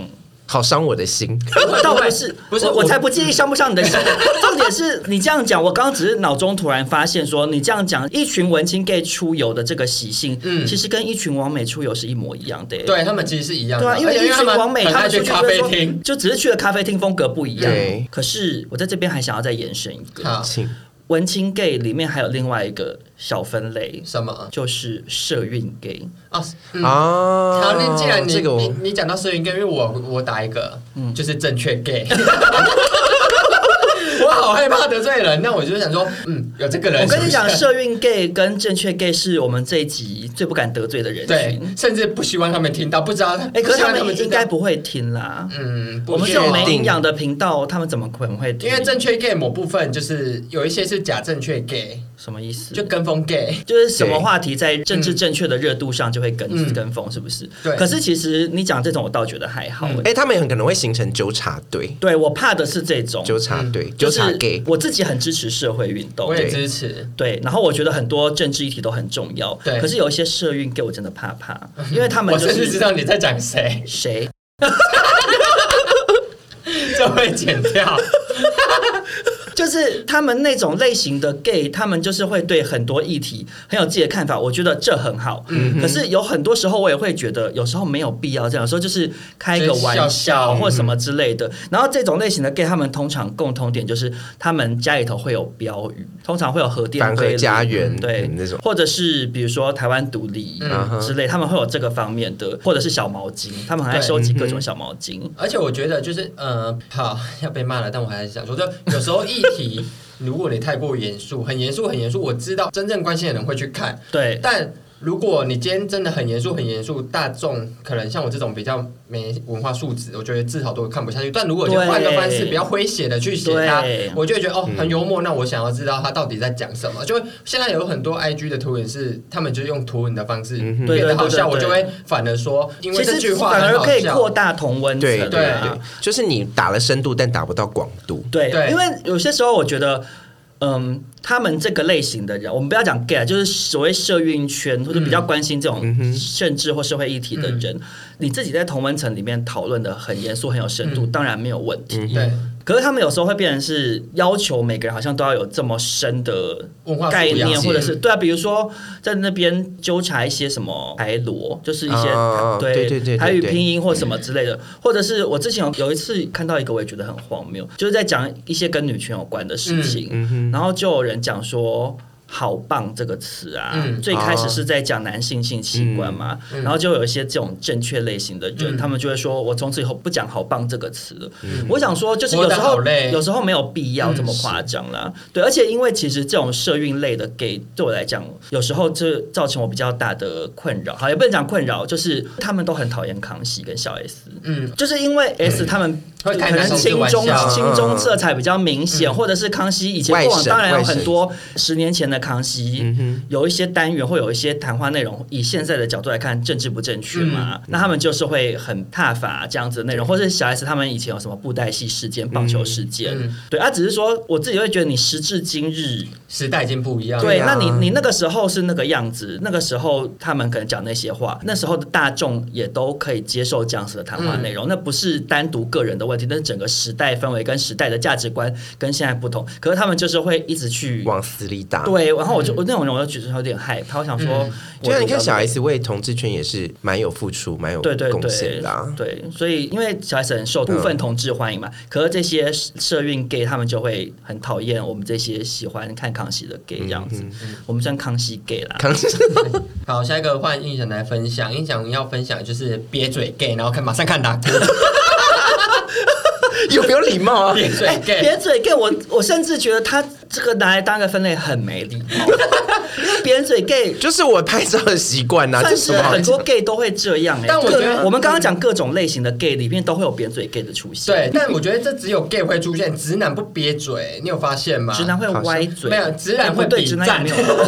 好伤我的心。
倒不是，
嗯不是
我，
我嗯
我才不介意伤不伤你 的心。重点是你这样讲，我刚刚只是脑中突然发现说，你这样讲，一群文青 gay 出游的这个习性，
嗯
其实跟一群王美出游是一模一样的、欸。
对他们其实是一样的，
对啊，因
嗯而且
为一群王美
很
他
爱
们
去
出去
咖
就
啡
说
厅，
就只是去了咖啡厅，风格不一样
对。
可是我在这边还想要再延伸一个，
好
请
文青 gay 里面还有另外一个小分类，
什么
就是社运 gay。
啊？嗯
哦
啊，
好，那既然你
这个
你
我
你讲到摄影 gay，因为我我打一
嗯
个，就是正确 gay。我好害怕得罪人，那我就就想说，嗯，有这个人
我
是不是。
跟你讲，社运 gay 跟正确 gay 是我们这一集最不敢得罪的人
对
群。，
甚至不希望他们听到，不知道他。
哎、
不
可是
希
他
望他
们
知
应该
道，
不会听啦。
嗯，不
我们这
确
种
定
没营养的频道，他们怎么可能会听？
因为正确 gay 某部分就是有一些是假正确 gay，
什么意思？
就跟风 gay。
就是什么话题在政治
嗯
正确的热度上就会跟、
嗯
跟风，是不是？
对
可是其实你讲这种，我倒觉得还好、
嗯
哎、他们也很可能会形成纠察队，
对我怕的是这种，
纠察
嗯
队，
就
纠
是
察 gay。
我自己很支持社会运动
我，也
对
支持，
对。然后我觉得很多政治议题都很重要，
对
可是有一些社运给我真的怕怕， 因为他们
我
就
甚至知
是
道你在讲谁，
谁
这会剪掉。
就是他们那种类型的 gay，他们就是会对很多议题很有自己的看法，我觉得这很好。
嗯
可是有很多时候我也会觉得，有时候没有必要这样，有时候就是开个玩
就是笑
笑
笑
或什么之类
嗯
的。然后这种类型的 gay，他们通常共通点就是他们家里头会有标语，通常会有核电
反核
规律
家园
对
嗯那种
或者是比如说台湾独立啊
嗯哼
之类，他们会有这个方面的，或者是小毛巾，他们很爱
对
收集各
嗯
种
哼
小毛巾。
而且我觉得就是，呃，好要被骂了，但我还是想说，就有时候议题，如果你太过严肃，很严肃，很严肃，我知道真正关心的人会去看，
对，
但如果你今天真的很严肃、很严肃，大众可能像我这种比较没文化素质，我觉得至少都看不下去。但如果你
对
换个方式，比较诙谐的去写它
对，
我就会觉得哦，很幽默。那我想要知道他到底在讲什么。就现在有很多 IG 的图文是他们就是用图文的方式
嗯哼
变得好笑，
对
我
对对对
就会反而说，因为
其
这句
实
话
反
很
而
好
可以
笑
扩大同温层
对
啊，
对
对
对，就是你打了深度，但打不到广度。
对，
对
因为有些时候我觉得，嗯，他们这个类型的人，我们不要讲 gay，啊就是所谓社运圈或者比较关心这
嗯
种
哼
政治或社会议题的人，
嗯
你自己在同温层里面讨论的很严肃、很有深度，
嗯
当然没有问题。
对
可是他们有时候会变成是要求每个人好像都要有这么深的
文化素
概
养
念，或者
嗯
是对啊，比如说在那边纠缠一些什么台罗，就是一些、
哦
对
对对对对
台语
对
拼音或什么之类的，或者是我之前有有一次看到一个，我也觉得很荒谬，就是在讲一些跟女权有关的事情，然后就有人讲说。好棒这个词啊，
嗯
最开始是在讲男性性器官嘛，然后就有一些这种正确类型的人，
嗯
他们就会说，我从此以后不讲好棒这个词了。我想说，就是有时
活得好
候
累
有时候没有必要
嗯
这么夸张啦。对，而且因为其实这种社运类的 gay 对我来讲，有时候这造成我比较大的困扰。好，也不能讲困扰，就是他们都很讨厌康熙跟小 S，
嗯，
就是因为 S 他们。
会开
可
男
能心
性玩
中
笑。
心中色彩比较明
嗯
显，或者是康熙以前
外
过往
省
当然有
外省
很多十年前的康
嗯
熙，有一些单元会有一些谈话内容，以现在的角度来看政治不正确
嗯
嘛，啊那他们就是会很踏伐这样子的
嗯
内容，或是小 S 他们以前有什么布袋戏事件、棒球事件
嗯，
对，啊，只是说我自己会觉得你时至今日，
时代已经不一样了，
对，
啊
那你你那个时候是那个样子，那个时候他们可能讲那些话，那时候的大众也都可以接受这样子的谈话内
嗯
容，那不是单独个人的问题，那是整个时代氛围跟时代的价值观跟现在不同。可是他们就是会一直去
往死里打。，
对，然后我就、我那种人我就觉得有点害怕，我想说，
嗯
我
就像你
比较
看小
累
S 为同志圈也是蛮有付出、蛮有
对对
贡
对
献嗯的、啊。
对，所以因为小 S 很受部分同志欢迎嘛，可是这些社运 gay 他们就会很讨厌我们这些喜欢看康熙的 gay 这样子，我们算康熙 gay 啦。
嗯康熙
好，下一个换印象来分享，印象要分享就是憋嘴 gay，然后看马上看打嗝，
有没有礼 貌啊？
憋嘴 gay，
扁嘴 gay，我我甚至觉得他这个拿来当个分类很没礼 貌，因为扁嘴 gay
就是我拍照的习惯啊呐，这
算
什
是
么好
很多 gay 都会这样、欸。
但我觉
各
得
我们刚刚讲各种类型的 gay 里面都会有扁嘴 gay 的出 现，
对，但我觉得这只有 gay 会出现，直男不憋嘴，你有发现吗？
直男会
好像
歪嘴，
没有直男
哎不
会
对，
比
直男也没有。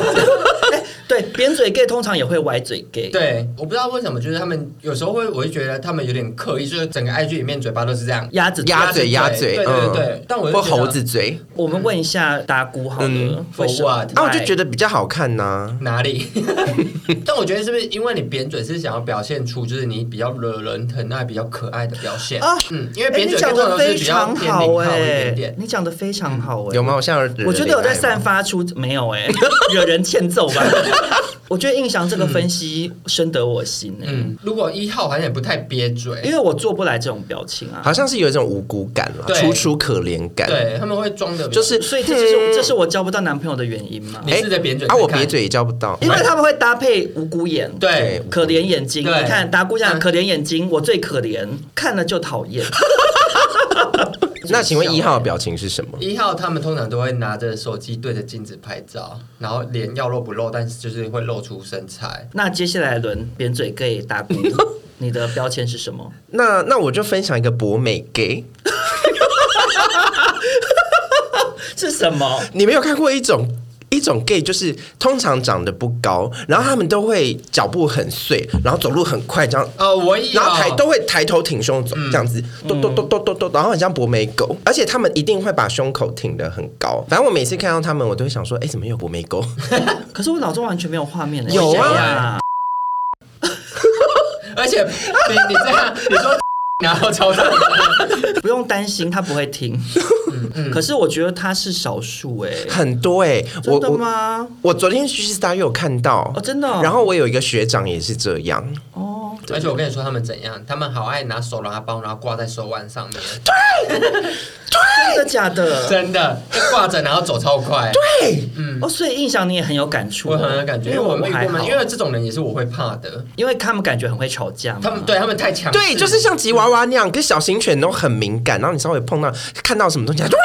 哎对，扁嘴 gay 通常也会歪嘴 gay。
对，我不知道为什么，就是他们有时候会，我就觉得他们有点刻意，就是整个 IG 里面嘴巴都是这样，
鸭子
鸭嘴鸭嘴，
对对对对
嗯
但我就
或
觉得
猴子嘴
我们问一下达姑好了
嗯，
为什么
For what？
啊，我就觉
得
得比较好看呐。
哪里？ 但我觉得是不是因为你扁嘴是想要表现出就是你比较惹人疼爱、比较可爱的表现？
啊
嗯，因为
哎，
扁
你
嘴 gay
讲
通
的
常是
非
比较
常
偏
好
零号一
哎
点点，。
你讲的非常好哎，
嗯有吗？我现在惹人
我觉得有在散
恋爱吗
发出没有哎、惹人欠揍吧。我觉得印翔这个分析深得我心哎、
嗯，如果一号好像也不太憋
因
嘴，
为我做不来这种表情啊。
好像是有一种无辜感了，
对
楚楚可怜感。
对他们会装的，
就是
所以这就是、这是我交不到男朋友的原因嘛
你，试着扁嘴
啊，
看看
我瘪嘴也叫不到，
因为他们会搭配无辜眼，
对
可怜眼睛。
对
你看达姑讲
嗯
可怜眼睛，我最可怜，看了就讨厌。觉得
那请问
笑
一号的表情是什么？
一号他们通常都会拿着手机对着镜子拍照，然后脸要露不露，但是就是会露出身材。
那接下来轮扁嘴 gay 大姑，你的标签是什么？
那那我就分享一个博美 gay，
是什么？
你没有看过一种一种 gay，就是通常长得不高，然后他们都会脚步很碎，然后走路很快，这样
哦，我也
然后抬都会抬头挺胸走，这样子，咚咚咚咚咚咚，然后很像博美狗，而且他们一定会把胸口挺得很高。反正我每次看到他们，我都会想说，哎，怎么有博美狗？
可是我脑中完全没有画面欸
有啊
谁呀
而且 你你这样，你 说然后超大，
不用担心，他不会听。可是我觉得他是少数哎、
很多哎，我
真的
我
吗？
我昨天去 star 有看到
哦，，真的哦、
然后我有一个学长也是这样，
哦，
而且我跟你说他们怎样，他们好爱拿手拿包，然后挂在手腕上面，
真的假的？
真的就挂着，然后走超快。对，
哦，所以印象你也很有感触哦、
我很有感觉，因
因
为
为
我
我
没遇
还
过
好
嘛，，因为这种人也是我会怕的。
因为他们感觉很会吵架嘛。
他们对他们太强势，
对，就是像吉娃娃那样，跟小型犬都很敏感，然后你稍微碰到看到什么东西，它就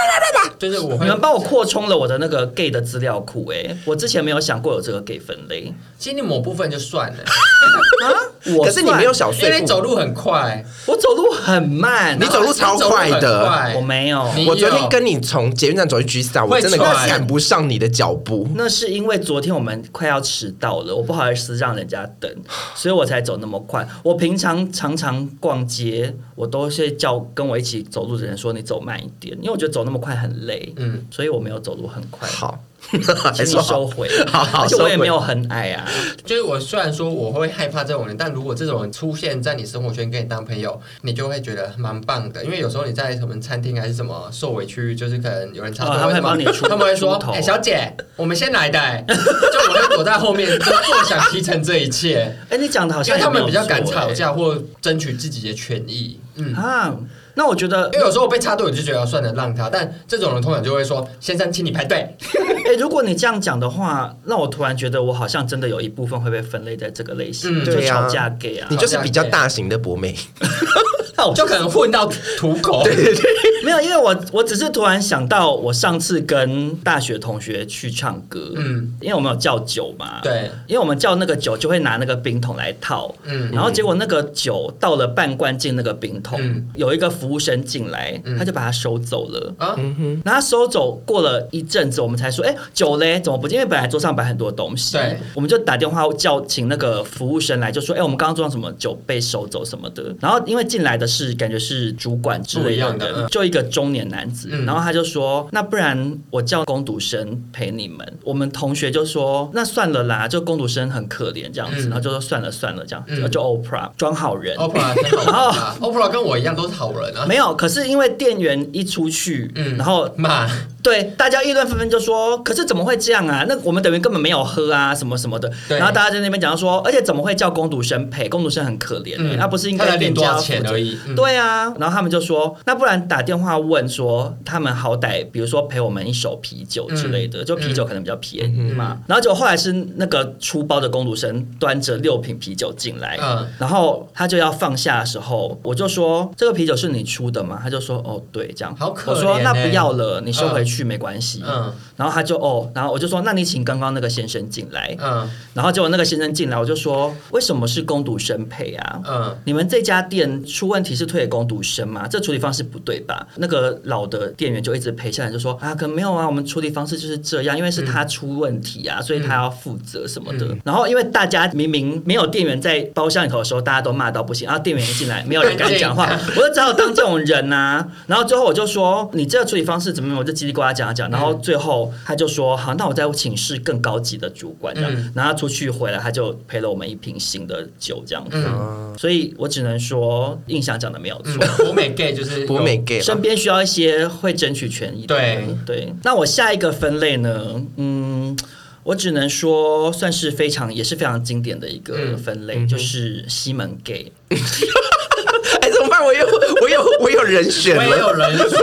就是我
你
会
们帮我扩充了我的那个 gay 的资料库哎、我之前没有想过有这个 gay 分类
心里某部分就算 了，
啊。我
可是你没有
算
小
因
碎
为
步，
走路很快，
啊我走路很慢，
你走路超快的
你走路很快
我没有。
你
我昨天跟你从捷运站走去 G Star，我真的
会喘
赶不上你的脚步。
那是因为昨天我们快要迟到了，我不好意思让人家 等，所以我才走那么快。我平常常常逛街，我都是叫跟我一起走路的人说你走慢一点，因为我觉得走那么快很累，
嗯
所以我没有走路很 快。，
好，
请
还
你
说
收
好，
回。
好好
而且我也
收回
没有很矮 啊。
就是我虽然说我会害怕这种人，但如果这种人出现在你生活圈跟你当朋友，你就会觉得蛮棒的。因为有时候你在什么餐厅还是什么受委屈，就是可能有人插队、
哦他们会
什么
帮你出
他们会说
出：“头
哎、小姐，我们先来的、哎就我会躲在后面，就坐享其成这一切。
哎、你讲的好
因
像
为他们比较
也没有
敢
错哎
吵架或争取自己的权益，嗯。
欸啊。那我觉得
因，为有时候我被插队，我就觉得算了，让他。但这种人通常就会说：“先生，请你排队。
哎、如果你这样讲的话，那我突然觉得我好像真的有一部分会被分类在这个类
嗯
型，就
对啊
吵架 gay 啊
你。就是比较大型的博美，
那我”
就可能混到土狗。
没有，因为我我只是突然想到，我上次跟大学同学去唱歌，
嗯
嗯，因为我们有叫酒嘛，，
对，
因为我们叫那个酒就会拿那个冰桶来套，
嗯，
然后结果那个酒倒了半罐进那个冰桶，
嗯
有一个服务生进来，
嗯
他就把它收走了。
啊，
然后他收走过了一阵子，我们才说，哎，酒嘞怎么不见？因为本来桌上摆很多东西
对，
我们就打电话叫请那个服务生来，就说，哎，我们刚刚桌上什么酒被收走什么的。然后因为进来的是感觉是主管之
不一
类
样的
人
嗯
就一个中年男子，
嗯
然后他就说，那不然我叫工读生陪你们。我们同学就说，那算了啦，就工读生很可怜这样子，
嗯
然后就说算了算了这样，
嗯
就 Oprah 装好人。
OPRA 真好人啊，OPRA 跟我一样都是好人啊。
没有，可是因为店员一出去，
嗯
然后
骂
对，大家议论纷纷就说：“可是怎么会这样啊？那我们等于根本没有喝啊，什么什么的。”
对
然后大家在那边讲说：“而且怎么会叫工读生赔？工读生很可怜、欸，
嗯
他不是应
他才
该
领
店
多
家
少
要
钱
负责
而已嗯
对啊，然后他们就说：“那不然打电话问说，他们好歹比如说赔我们一手啤酒之类的，
嗯
就啤酒可能比较便宜嘛。然后就后来是那个出包的工读生端着六瓶啤酒进来，
嗯
然后他就要放下的时候，我就说：“这个啤酒是你出的吗？”他就说：“哦，对，这样。”
好可
我说：“
怜
那
欸
不要了，你收回去没关系。”
嗯
然后他就哦，然后我就说，那你请刚刚那个先生进来。
嗯
然后结果那个先生进来，我就说，为什么是攻读生赔啊？
嗯，
你们这家店出问题是退给工读生吗？这处理方式不对吧？那个老的店员就一直赔下来，就说啊，可没有啊，我们处理方式就是这样，因为
嗯
是他出问题啊，所以他要负责什么的。然后因为大家明明没有店员在包厢里头的时候，大家都骂到不行，然后店员一进来，没有人敢讲话， 我就只好当这种人呐、然后最后我就说，你这个处理方式怎么样？我就叽里呱啦讲啊
嗯
讲，然后最后他就说，好，那我再请示更高级的主管这样。
嗯
然后他出去回来，他就赔了我们一瓶新的酒这样子。所以我只能说，印象讲的没有错。
嗯博美 gay 就是有
博美 gay 啊啦
身边需要一些会争取权益的人。对，那我下一个分类呢？嗯，我只能说算是非常也是非常经典的一个
嗯
分类，就是西门 gay。
哎，怎么办？我有 我有我有人选
我也
了，
有人选，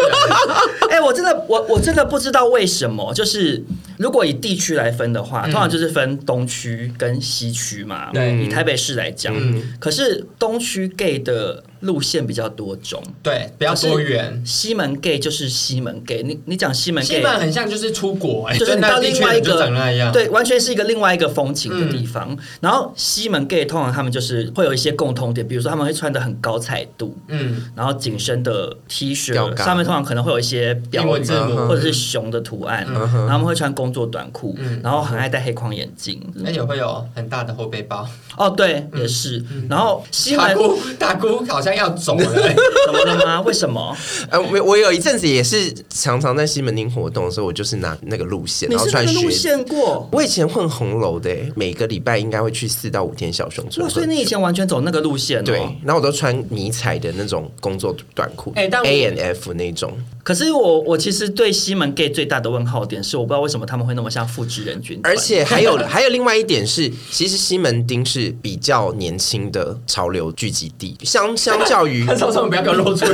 哎、我真的，我我真的不知道为什么，就是如果以地区来分的话，通常就是分东区跟西区嘛。
嗯对嗯
以台北市来讲，可是东区 gay 的路线比较多种。
对，不要多元。
西门 gay 就是西门 gay，你你讲西门 gay，
西门很像就是出国、哎，
就是你到
那地
另
区
外一
人就
个
长那样。
对，完全是一个另外一个风情的地方。然后西门 gay 通常他们就是会有一些共通点，比如说他们会穿的很高彩度，
嗯，
然后紧身的 T 恤
吊嘎
上面通常可能会有一些标
英文
语
字母
或者是熊的图案，然后他们会穿工作短裤，然后很爱戴黑框眼镜。
而且会有很大的后背包。
哦，对，也是。然后西
大
门
姑，大姑好像要走了、哎
怎么了吗？为什么？
呃，我我有一阵子也是常常在西门町活动的时候，我就是拿那个路线，
你
然后
是那
穿
个
靴
路
子。
线过？
我以前混红楼的、欸，每个礼拜应该会去四到五天小熊村
哇，
混。
所以你以前完全走那个路线哦。
对，然后我都穿迷彩的那种工作短裤、
哎但我
A N F 那种，
可是我我其实对西门 gay 最大的问号点是，我不知道为什么他们会那么像复制人军团，
而且 还有还有另外一点是，其实西门町是比较年轻的潮流聚集地，相相较 于
潘少聪，不要给我露出一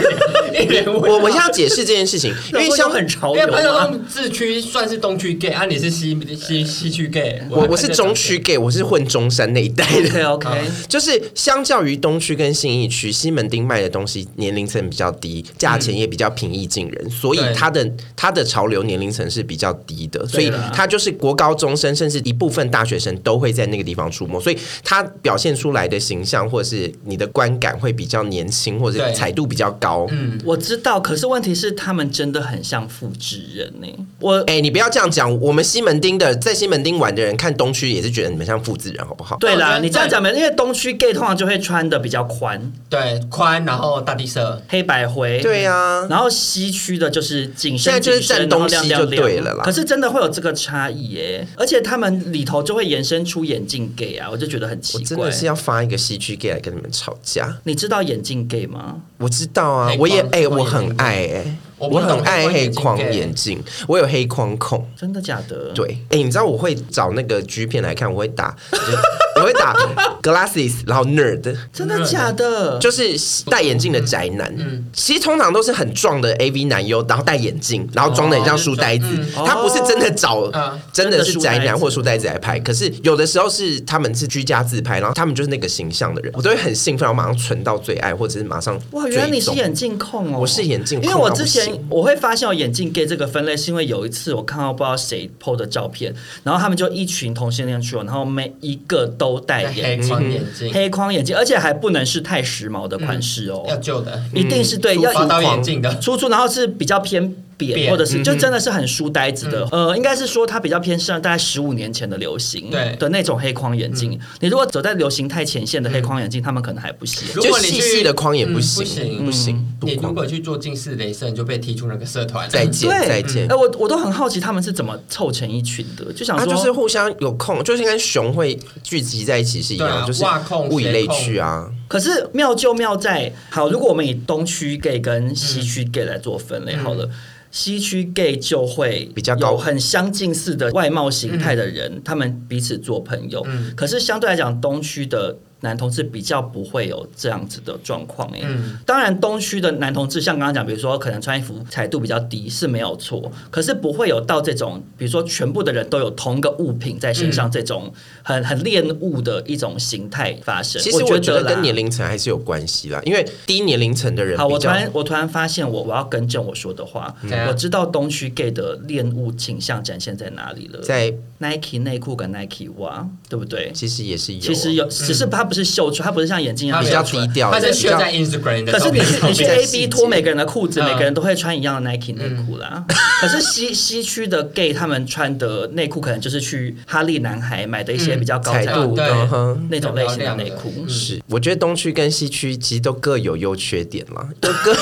脸一脸问号
我我现在要解释这件 事情，因
因
为
为
相
像很潮
因为
流啊
潘少
嘛。
聪自区算是东区 gay，啊，你是西西西区 gay，
我我是中区 gay，我是混中山那一带的。
OK OK，
就是相较于东区跟信义区，西门町卖的东西年龄层比较低，价钱也比较平易近人，所以
对
它的它的潮流年龄层是比较低的，所以
啦
它就是国高中生甚至一部分大学生都会在那个地方出没，所以它表现出来的形象或是你的观感会比较年轻，或者
对
彩度比较高。
嗯，
我知道，可是问题是他们真的很像复制人呢、我
哎、你不要这样讲，我们西门町的在西门町玩的人看东区也是觉得你们像复制人，好不好？
对
我觉
啦，
得
你这样讲没？因为东区 gay 通常就会穿的比较宽，
对，宽，然后大地色，
黑白灰。
对啊呀、
然后西区的就是紧身，
现在就是
紧身
站东西
然后亮亮亮
就对了啦
可是真的会有这个差异耶、而且他们里头就会延伸出眼镜 gay 啊，我就觉得很奇
我真
怪
的。是要发一个戏剧 gay 来跟你们吵架。
你知道眼镜 gay 吗？
我知道啊
黑，框
我也哎、
黑框
我很
眼镜
爱哎、
我不
我
懂
很爱黑
黑
框
框
哎
眼
眼
镜，我有黑框控。
真的假的？
对，哎、你知道我会找那个 G 片来看，我会打，就是我 会打 glasses，然后 nerd，
真的假的？
就是戴眼镜的宅男。
嗯
其实通常都是很壮的 AV 男优，然后戴眼镜，然后装的很像书呆子。
嗯
他不是真的找，
啊
真的是宅
真的书呆
男
子
或书呆子来拍。可是有的时候是他们是居家自拍，然后他们就是那个形象的人，我都会很兴奋，然后马上存到最爱，或者是马上
哇，原来你是
追踪
眼镜控哦！
我是眼镜控
因为我
到不
之前
行
我会发现有眼镜 gay 这个分类，是因为有一次我看到不知道谁 PO 的照片，然后他们就一群同性恋去玩，然后每一个都戴
黑
眼镜，
框眼镜，
黑框眼镜，而且还不能是太时髦的款式哦，
要旧的，
一定是对、
嗯
要
粗
花
发
刀
到
眼镜的，
粗粗，然后是比较偏扁，
扁
或者
嗯
是就真的是很书呆子的，呃，应该是说它比较偏向大概十五年前的流行，
对
的那种黑框眼镜。
嗯
你如果走在流行太前线的黑框眼镜，他们可能还不行。
如果
就
你
细
去
细的框也
嗯
不
不
行，
行嗯
不行，
你
多
如
框
果去做近视雷射，你就被踢出那个社团。
再见
对
再见
哎、。我我都很好奇他们是怎么凑成一群的，就想
他
说，
就是互相有空，就是跟熊会聚集在一起是一
对
样，
啊
就是
哇控
物以类
谁控
聚啊。
可是妙就妙在，好，如果我们以东区 gay 跟西区 gay 来做分类，好了。西区 gay 就会
嗯比较高
有很相近似的外貌形态的人，他们彼此做朋友。
嗯
可是相对来讲，东区的男同志比较不会有这样子的状况、欸。
嗯
当然，东区的男同志像刚刚讲，比如说可能穿衣服彩度比较低是没有错，可是不会有到这种，比如说全部的人都有同个物品在身
嗯
上、这种很很恋物的一种形态发生。
其实
我
我觉
得
得
啦
跟年龄层还是有关系啦，因为低年龄层的人
好，
比
我突
较
然我突然发现我，我要更正我说的话。
怎样
我知道东区 gay 的恋物倾向展现在哪里了，
在
Nike 内裤跟 Nike 袜，对不对？
其实也是有啊，
其实有，只是它不是秀出，它不是像眼镜一样
它
比
没
较
有
秀出来
低调
他
的，
是
比
炫
较
在 Instagram 的
可是
照
你
片
去
上
你去
面，
A B 脱每个人的裤子，
嗯
每个人都会穿一样的 Nike 内裤啦。可是西西区的 gay 他们穿的内裤，可能就是去哈利男孩买的一些比较高
彩
彩
度
度
对
嗯哼
那种类型的内裤。
嗯
是，我觉得东区跟西区其实都各有优缺点 啦，都各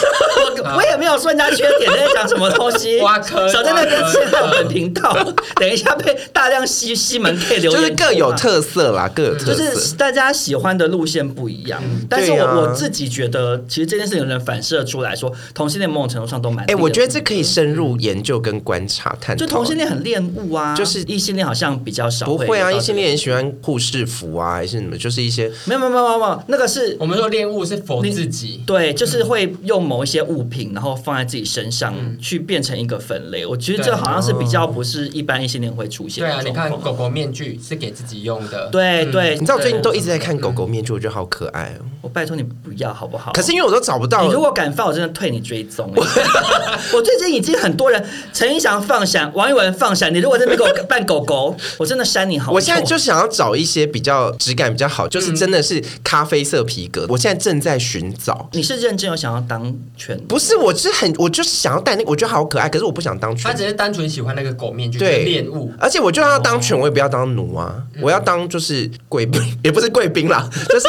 我我也没有说人家缺点，在讲什么东西。
啊挖坑
少在那
挖
边
坑
陷害我们频道，等一下被大量西西门 K 留言。
就是各有，特色啦，各有特
啊就
色。
是大家喜欢的路线不一样。但是
对
我、
啊
我自己觉得，其实这件事情能反射出来说，同性恋某种程度上都蛮……
哎、我觉得这可以深入研究跟观察探讨。
就同性恋很恋物啊，
就是
异性恋好像比较少。
不
会
会啊，
有到
异性恋也喜欢护士服啊，还是什么，就是一些
这个没有没有没有没有，那个 是
我们说恋物是否自己，
对，就是会用某一些物品，然后放在自己身上、去变成一个分类。我觉得这
嗯对哦
好像是比较不是一般异性恋会出现
对
的
啊，
状
你
况。
看狗狗面具是给自己用的，
对对，
嗯你知道我最近都一直在看狗狗狗面具，我觉得好可爱哦。
我拜托你不要好不好？
可是因为我都找不到
你，如果敢放，我真的退你追踪。欸 我最近已经很多人，陈意翔放闪，王一文放闪，你如果在那边给 我扮狗狗，我真的删你好。
我现在就想要找一些比较质感比较好，
嗯
就是真的是咖啡色皮革。我现在正在寻找，
你是认真有想要当犬，
不是，我是很，我就是想要戴那个，我觉得好可爱，可是我不想当
他
犬
只。是单纯喜欢那个狗面具，
对
就是恋物。
而且我就要当犬，我也不要当奴啊，
嗯
我要当就是贵宾，也不是 贵宾啦，就是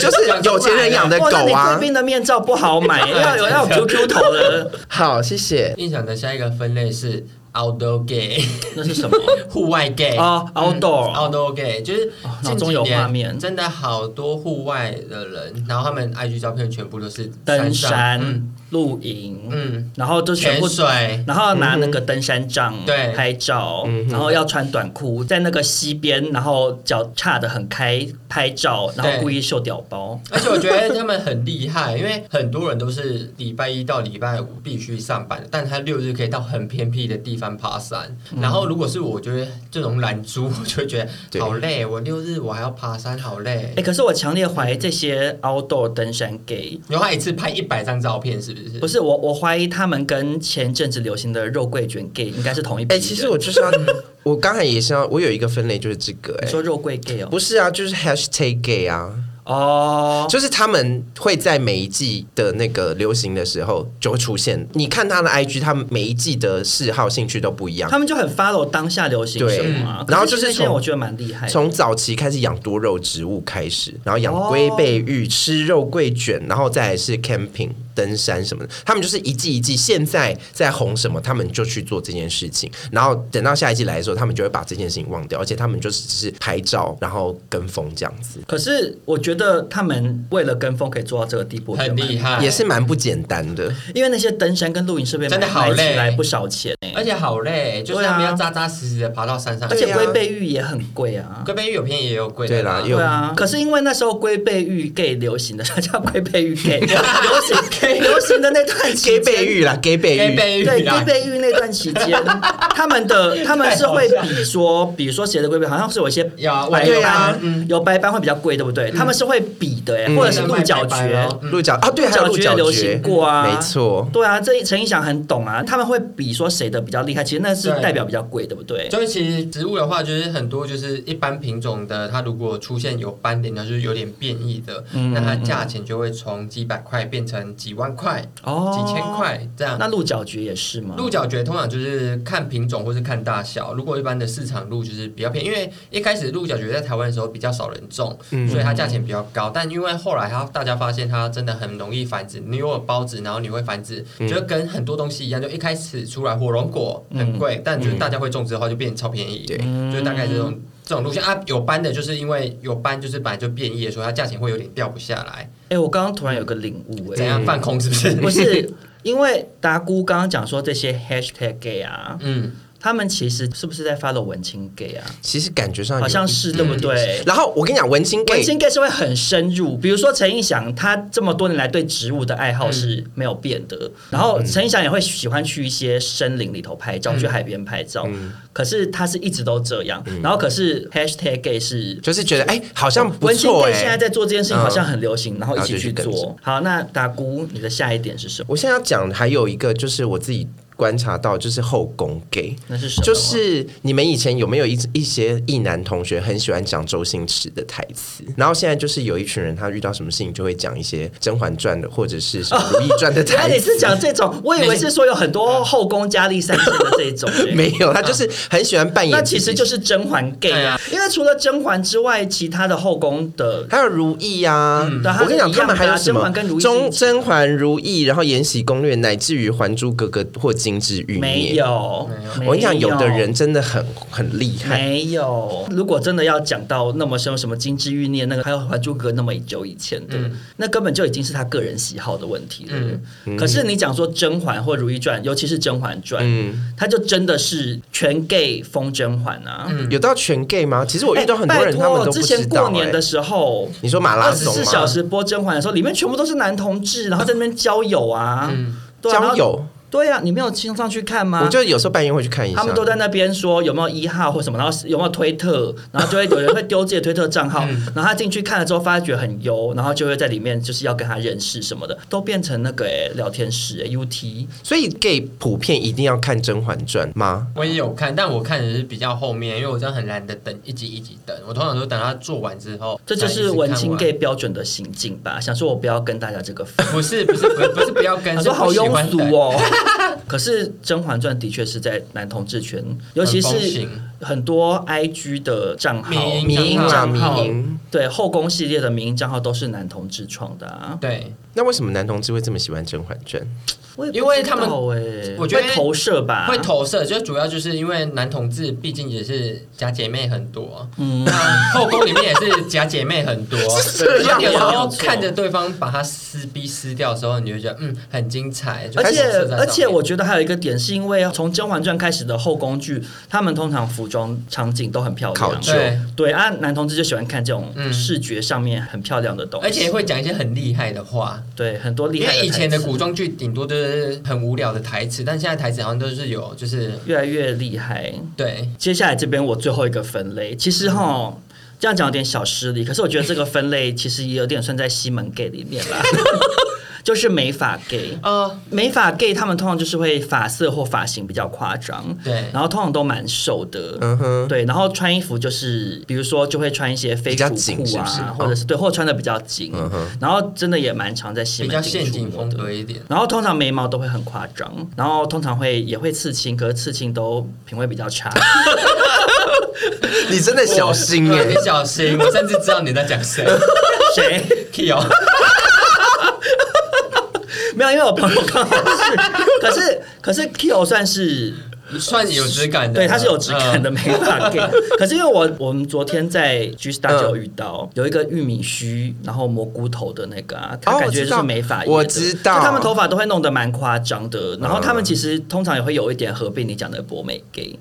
就是有钱人养的
哇，那
狗
你
啊
贵。宾的面罩不好 买，要有那种 QQ 头的，
好，谢谢。
印象的下一个分类是 outdoor gay，
那是 什么？
户外 gay
哦，outdoor
嗯 outdoor gay 就是
哦脑
近
中
几
有画面
年真的好多户外的人，然后他们 IG 照片全部都是
登
上
山
嗯、
露营，
嗯，
然后就全
潜
部
水，
然后拿那个登山
嗯
杖
对
拍照，然后要穿短裤，在那个溪边，然后脚岔的很开拍照，然后
对
故意秀屌包。
而且我觉得他们很厉害，因为很多人都是礼拜一到礼拜五必须上班，但他六日可以到很偏僻的地方爬山。
嗯
然后如果是我，觉得这种懒猪， 我就会觉
对
得好累，我六日我还要爬山，好累
哎、。可是我强烈怀疑这些
嗯
outdoor 登山 gay
然后他一次拍一百张照片，是不是？
不是我，我怀疑他们跟前阵子流行的肉桂卷 gay 应该是同一批
哎、
人。
其实我就是要， 我刚才也是要，我有一个分类就是这个、
你
哎，
说肉桂 gay 哦，
不是啊，就是 hashtag gay 啊，
哦，
就是他们会在每一季的那个流行的时候就会出现。你看他的 IG，他们每一季的嗜好、兴趣都不一样
他。们就很 follow 当下流行
对
什么啊、
嗯然后就
可
是
是现在
从
我觉得蛮厉害的，
从早期开始养多肉植物开始，然后养龟背玉、吃肉桂卷，然后再来是 camping 登山什么的。他们就是一季一季，现在在红什么，他们就去做这件事情。然后等到下一季来的时候，他们就会把这件事情忘掉，而且他们就是只是拍照，然后跟风这样子，
可是我觉得他们为了跟风可以做到这个地步，我觉得
很
蛮
厉害，
也是蛮不简单的。
因为那些登山跟露营设备
真的
买
好
买起
累
来不少钱、欸，
而且好累，就是
对啊
他们要扎扎实实的爬到山上
而
去。
且
对啊
龟背玉也很贵啊。
龟背玉有便宜也有贵
对
的
啦
啦，
有
对啊，可是因为那时候龟背玉 gay 流行的，它叫龟背玉 gay 流行流行 的那 段期
gay
间
背玉啦，gay 背
龟
玉，
背玉
对龟
啦，
背玉那段期间，他们的他们是会比说，比如说谁的龟背，好像是有一些
有啊
白
对啊
斑，有白斑会比较贵，对不对？他们是会比的，哎，
嗯
或者是鹿角
白白
蕨
哦。嗯
鹿角啊，对，还有鹿
角蕨
角
流
蕨
行过啊
没错。
对啊，这陈意翔很懂啊，他们会比说谁的比较厉害，其实那是
对
代表比较贵，对不对？
就是其实植物的话，就是很多就是一般品种的，它如果出现有斑点，就是有点变异的，那它价钱就会从几百块变成几万块、
哦
几千块这样。
啊那鹿角蕨也是吗？
鹿角蕨通常就是看品种或是看大小，如果一般的市场鹿就是比较便宜，因为一开始鹿角蕨在台湾的时候比较少人种，所以它价钱比较高。但因为后来它大家发现它真的很容易繁殖，你有孢子，然后你会繁殖，就跟很多东西一样，就一开始出来火龙果很贵，但就是大家会种植的话就变超便宜，
对
就是大概这种。这种路线啊，有斑的，就是因为有斑，就是本来就变异的，所以它价钱会有点掉不下来。
哎、我刚刚突然有个领悟、
怎
哎，
样放空是不是？
不，是因为达姑刚刚讲说这些 hashtag gay 啊，
嗯，
他们其实是不是在 follow 文青 gay 啊？
其实感觉上有
好像是
一
对
点
不对？
然后我跟你讲，文青 gay
文青 gay 是会很深入，比如说陈意翔，他这么多年来对植物的爱
嗯
好是没有变的。然后陈意翔也会喜欢去一些森林里头拍照，去海边拍照。可是他是一直都这样。然后可是 hashtag gay 是
就是觉得哎、好像不
文青
错哎、
gay 现在在做这件事情，
嗯
好像很流行，然后一
然后就
起
去
去
跟
做
着。
好，那达姑，你的下一点是什么？
我现在要讲还有一个就是我自己观察到，就是后宫 gay。
那是什么？啊
就是你们以前有没有一一些异男同学很喜欢讲周星驰的台词？然后现在就是有一群人，他遇到什么事情就会讲一些《甄嬛传》的或者是什么《如懿传》的
原来
台
你
词
是。讲这 种，我以为是说有很多后宫佳丽三千的这种、欸
没有，他就是很喜欢扮演。
那其实就是甄嬛 gay
对
啊
啊，
因为除了甄嬛之外，其他的后宫的
还有如懿啊，
对它
我跟你讲，
是一样的
他们
啊
还有什
甄
么
嬛跟如懿是一
中
起
甄嬛、如懿，然后《延禧攻略》，乃至于《还珠格格》或《金枝玉
没
孽》。
有。
我跟你讲，有的人真的很很厉害。
没有。如果真的要讲到那么深，什么金枝欲孽那个，还有《还珠格》那么久以前的，那根本就已经是他个人喜好的问题了。可是你讲说甄嬛或《如懿传》，尤其是《甄嬛传》，
嗯，
他就真的是全 gay 封甄嬛啊。
有到全 gay 吗？其实我遇到很多
哎
人，
拜
他
托
们都不
之
知
前
道、
过年
哎
的时候，
你说马拉
二十
松吗？
四小时播甄嬛的时候，里面全部都是男同志，然后在那边交友啊，对啊
嗯交。友，
对呀、你没有亲上去看吗？
我就有时候半夜会去看一下。
他们都在那边说有没有一号或什么，然后有没有推特，然后就会有人会丢自己的推特账号，然后他进去看了之后发觉很油，然后就会在里面就是要跟他认识什么的，都变成那个、欸、聊天室、欸、UT。
所以 gay 普遍一定要看《甄嬛传》吗？
我也有看，但我看的是比较后面，因为我真的很懒得等一集一集等，我通常都等它做完之后。
这就是
才一次看
文
完
青 gay 标准的行径吧？想说我不要跟大家这个分，
不是不是不是不是不要 跟，
想
是
说好
不喜
庸
欢
俗
等。
哦。 可是《甄嬛传》的确是在男同志圈，尤其
很风
是
行
很多 IG 的账号、
迷因
迷因啊，
账
迷
号
因。
对后宫系列的名音账号都是男同志创的啊。
对，
那为什么男同志会这么喜欢《甄嬛 传》？
我也不
因为
知
他们
道欸
我觉得
会投射吧，
会投射，就主要就是因为男同志毕竟也是假姐妹很多，
嗯
那后宫里面也是假姐妹很 多，
是这样吗
有时候看着对方把他撕逼撕掉的时候，你就觉得嗯很精彩，就
而且
投射在上面
而且我觉得还有一个点，是因为从《甄嬛传》开始的后宫剧，他们通常服装场景都很漂
考
亮，
究
对，
对啊，男同志就喜欢看这种
嗯
视觉上面很漂亮的东西，
而且会讲一些很厉害的话，
对很多厉
因
害
为以前的
台词
古装剧顶多就是很无聊的台词，但现在台词好像都是有就是
越来越厉害。
对
接下来这边我最后一个分类，其实哈。这样讲有点小失礼，可是我觉得这个分类其实也有点算在西门 gay 里面 啦，就是美发 gay。
哦，
美发 gay 他们通常就是会发色或发型比较夸张，
对
然后通常都蛮瘦的，
嗯哼，
对，然后穿衣服就是，比如说就会穿一些非
比较
主
紧
裤
是
啊，
不是哦
或者是对，或者穿的比较紧，
嗯哼
然后真的也蛮常在西
比
门
较
町
陷阱
出没
风
的
格一点。
然后通常眉毛都会很夸张，然后通常会也会刺青，可是刺青都品味比较差。
你真的小心哎、
对你小心，我甚至知道你在讲 谁哦
谁？
，Kyo。
没有，因为我朋友刚好是，可是可是 Kyo 算是
算有质感的，
对，他是有质感
嗯
的美发 gay。可是因为我我们昨天在 G Star
嗯
就有遇到有一个玉米须，然后蘑菇头的那个啊，他
哦
感
我
觉
知
就
道
是美发业的，
我知道
就他们头发都会弄得蛮夸张的，然后他们
嗯
其实通常也会有一点合并你讲的博美 gay，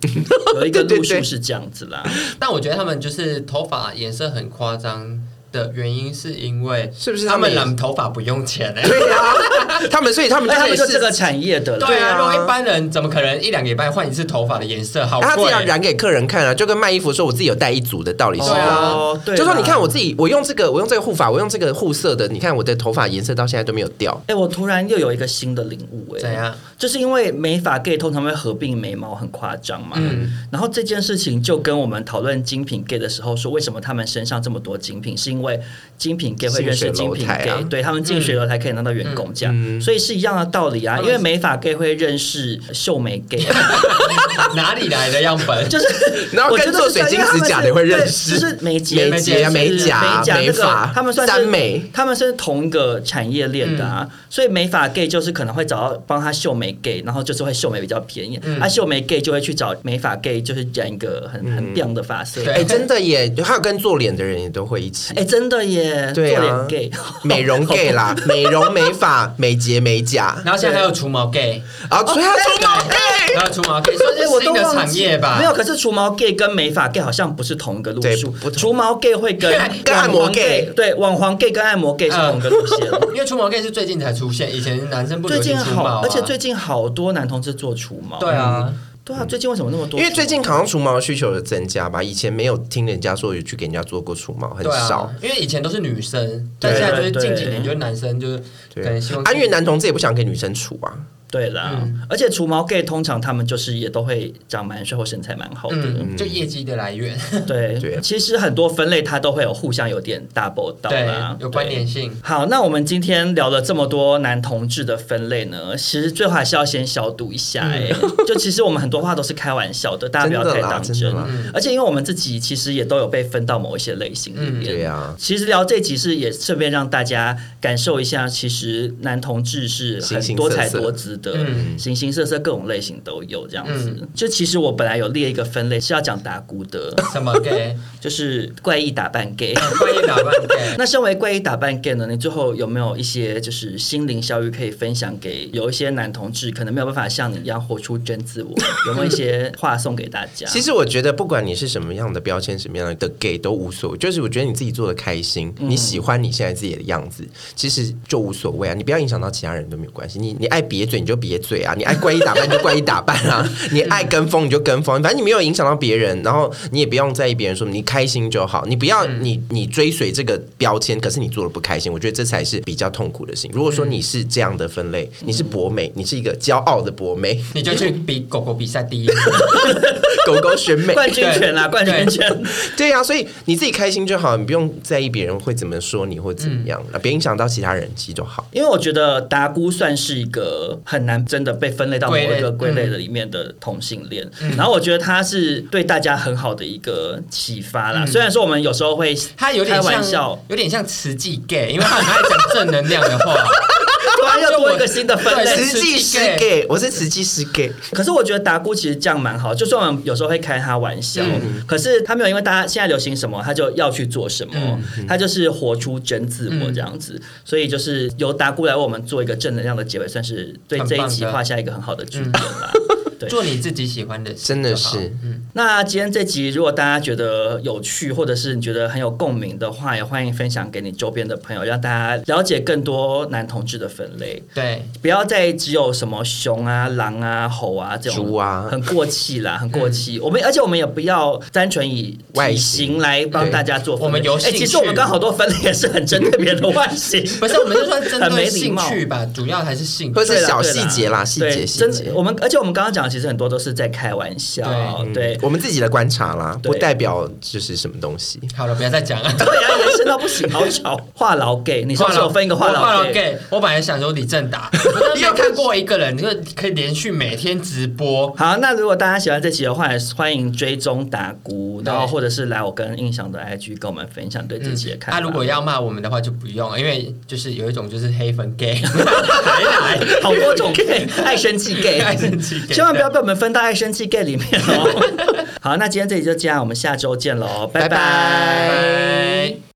有一个
对对
路
对
数是这样子啦。
嗯。但我觉得他们就是头发颜色很夸张的原因，是因为
是不是
他
他们
们
也
染头发不用钱呢、欸
对呀、他们所以他们
哎那他们
是
就这个产业的 啦，
对啊，
啊
如果一般人怎么可能一两个礼拜换一次头发的颜色？好
他自己
贵，
要染给客人看啊，就跟卖衣服说我自己有带一组的道理是一样的。
哦，对啦，
啊就说你看我自己，我用这个，我用这个护发，我用这个护色的，你看我的头发颜色到现在都没有掉。
哎、我突然又有一个新的领悟、哎，
怎样？
就是因为美发 gay 通常会合并眉毛很夸张嘛，
嗯
然后这件事情就跟我们讨论精品 gay 的时候说，为什么他们身上这么多精品，是因为精品 gay 会认识精
近
品
水楼台
gay，、
啊
对他们进学楼才可以拿到员工价，
嗯嗯嗯
所以是一样的道理啊，
他
因
们
为美发 gay 会认识秀眉 gay，
哪里来的样本？
就是
然后
我
跟
觉得
做
是这样
水晶
因为他们
指甲
是
的会认
对
识
就是美睫、
美啊
睫
美甲
美甲、
美
这个
发
他们算是
三美，
他们是同一个产业链的
嗯
啊，所以美发 gay 就是可能会找到帮他秀眉 gay，然后就是会秀眉比较便宜，
嗯
啊秀眉 gay 就会去找美发 gay，就是染一个
嗯
很很亮的发色。
对
哎、真的耶，还有跟做脸的人也都会一起。
哎，真的耶，
对啊
做脸 gay，
美 容 gay 啦，美容美发、美睫美甲，
然后哦现在还有除毛 gay，
啊，所以要除毛 gay。
然后除毛 gay 算
哎
是
我
新
都
的
忘
产
记
业吧？
没有，可是除毛 gay 跟美发 gay 好像不是同一个路
对
数
不，同
除毛 gay 会跟
跟按摩
网黄
gay
对，网黄 gay 跟按摩 gay 是同一个路线。
因为除毛 gay 是最近才出现，以前男生不
最
流
近
行除毛、啊
好，，而且最近好多男同志做除毛。
对啊。
嗯
对啊，最近为什么那么多除
因
毛？
为最近好像除毛需求有增加吧，以前没有听人家说有去给人家做过除毛，很
对
少
啊。，因为以前都是女生，但
对
现在就是
对
近几年就是男生就是可
对
能希望
啊，因为男同志也不想给女生除啊。
对啦，
嗯
而且除毛 gay 通常他们就是也都会长蛮帅或身材蛮好的。
嗯，就业绩的来源，
对，
嗯 对
其实很多分类它都会有互相有点 double 到
对
啦，，
有关
对
联性。
好，那我们今天聊了这么多男同志的分类呢，其实最后还是要先消毒一下、
嗯
欸。 就其实我们很多话都是开玩笑的，大家不要
真的
太
啦
当真。
真的啦
而且因为我们自己其实也都有被分到某一些类型里
嗯
面。
对啊，
其实聊这集是也顺便让大家感受一下，其实男同志是很多才多姿
形
的，
形色色
形形色色各种类型都有这样子。
嗯
就其实我本来有列一个分类是要讲打鼓的，
什么 gay，
就是怪异打扮 gay。
关于打扮 gay，
那身为怪异打扮 gay 呢，你最后有没有一些就是心灵小语可以分享给有一些男同志可能没有办法像你一样活出真自我，有没有一些话送给大家？
其实我觉得，不管你是什么样的标签、什么样的 gay 都无所谓，就是我觉得你自己做的开心，你喜欢你现在自己的样子，其实就无所谓啊。你不要影响到其他人都没有关系。你你爱瘪嘴你就就别嘴啊，你爱怪异打扮就怪异打扮啊，你爱跟风你就跟风，反正你没有影响到别人，然后你也不用在意别人说你开心就好，你不要你你追随这个标签，可是你做的不开心，我觉得这才是比较痛苦的事情。如果说你是这样的分类，你是博美，你是一个骄傲的博美，
你就去比狗狗比赛第 一名，
狗狗选美，
冠军犬啦，
对
冠军犬。
对呀、所以你自己开心就好，你不用在意别人会怎么说你或怎么样，
嗯
啊别影响到其他人，其实就好。
因为我觉得达姑算是一个很难真的被分类到某一个
归
归
类嗯
类的里面的同性恋，然后我觉得他是对大家很好的一个启发啦。虽然说我们有时候会
他嗯有
开
点
玩
像
笑，
有点像慈济 gay，因为他很爱讲正能量的话。
突然又多一个新的分类
对。
实际是
实际
gay，我是实际是 gay，
可是我觉得达姑其实这样蛮好，就算我们有时候会开他玩笑，
嗯
可是他没有因为大家现在流行什么，他就要去做什么，他就是活出真自我这样
嗯
子。所以就是由达姑来为我们做一个正能量的结尾，算是对这一集
很棒的嗯
画下一个很好的句点啦。 对
做你自己喜欢的事，
真的是。
嗯那今天这集，如果大家觉得有趣，或者是你觉得很有共鸣的话，也欢迎分享给你周边的朋友，让大家了解更多男同志的分类，
对，
不要再只有什么熊啊、狼啊、猴啊这种，
猪啊
很过气啦，很过气。我们而且我们也不要单纯以
外
体
形
型来帮大家做分类。
我们有
哎、
兴
其实我们
趣
刚好多分类也是很针对别 人的外形。
不是我们是说针
很
对
没礼
兴
貌
趣吧，主要还是兴趣
或。
对
是
啦
小
对
细节啦，细
对
节细
真
节。
我们而且我们刚刚讲，的其实很多都是在开玩笑，
对
对。
嗯我们自己的观察啦，
对
不代表就是什么东西。
好了，不要再讲了。
对啊，人生到不行，好吵。话痨 gay，你上次有分一个话
我话
痨
痨
gay，
gay，我本来想说李正 达，我
你
你
有
有
看
看过一个人，就是可以连续每天直播，
好，那如果大家喜欢这期的话，也欢迎追踪打鼓，然后
对
或者是来我跟印象的 IG 跟我们分享对这期的看
他
法。
嗯如果要骂我们的话就不用，因为就是有一种就是黑粉 gay，还 来。
好多种 gay，爱哎生气 gay，
爱生气 gay
千万不要被我们分到爱生气 gay 里面 哦。好，那今天这里就这样，我们下周见喽，拜拜
拜拜
拜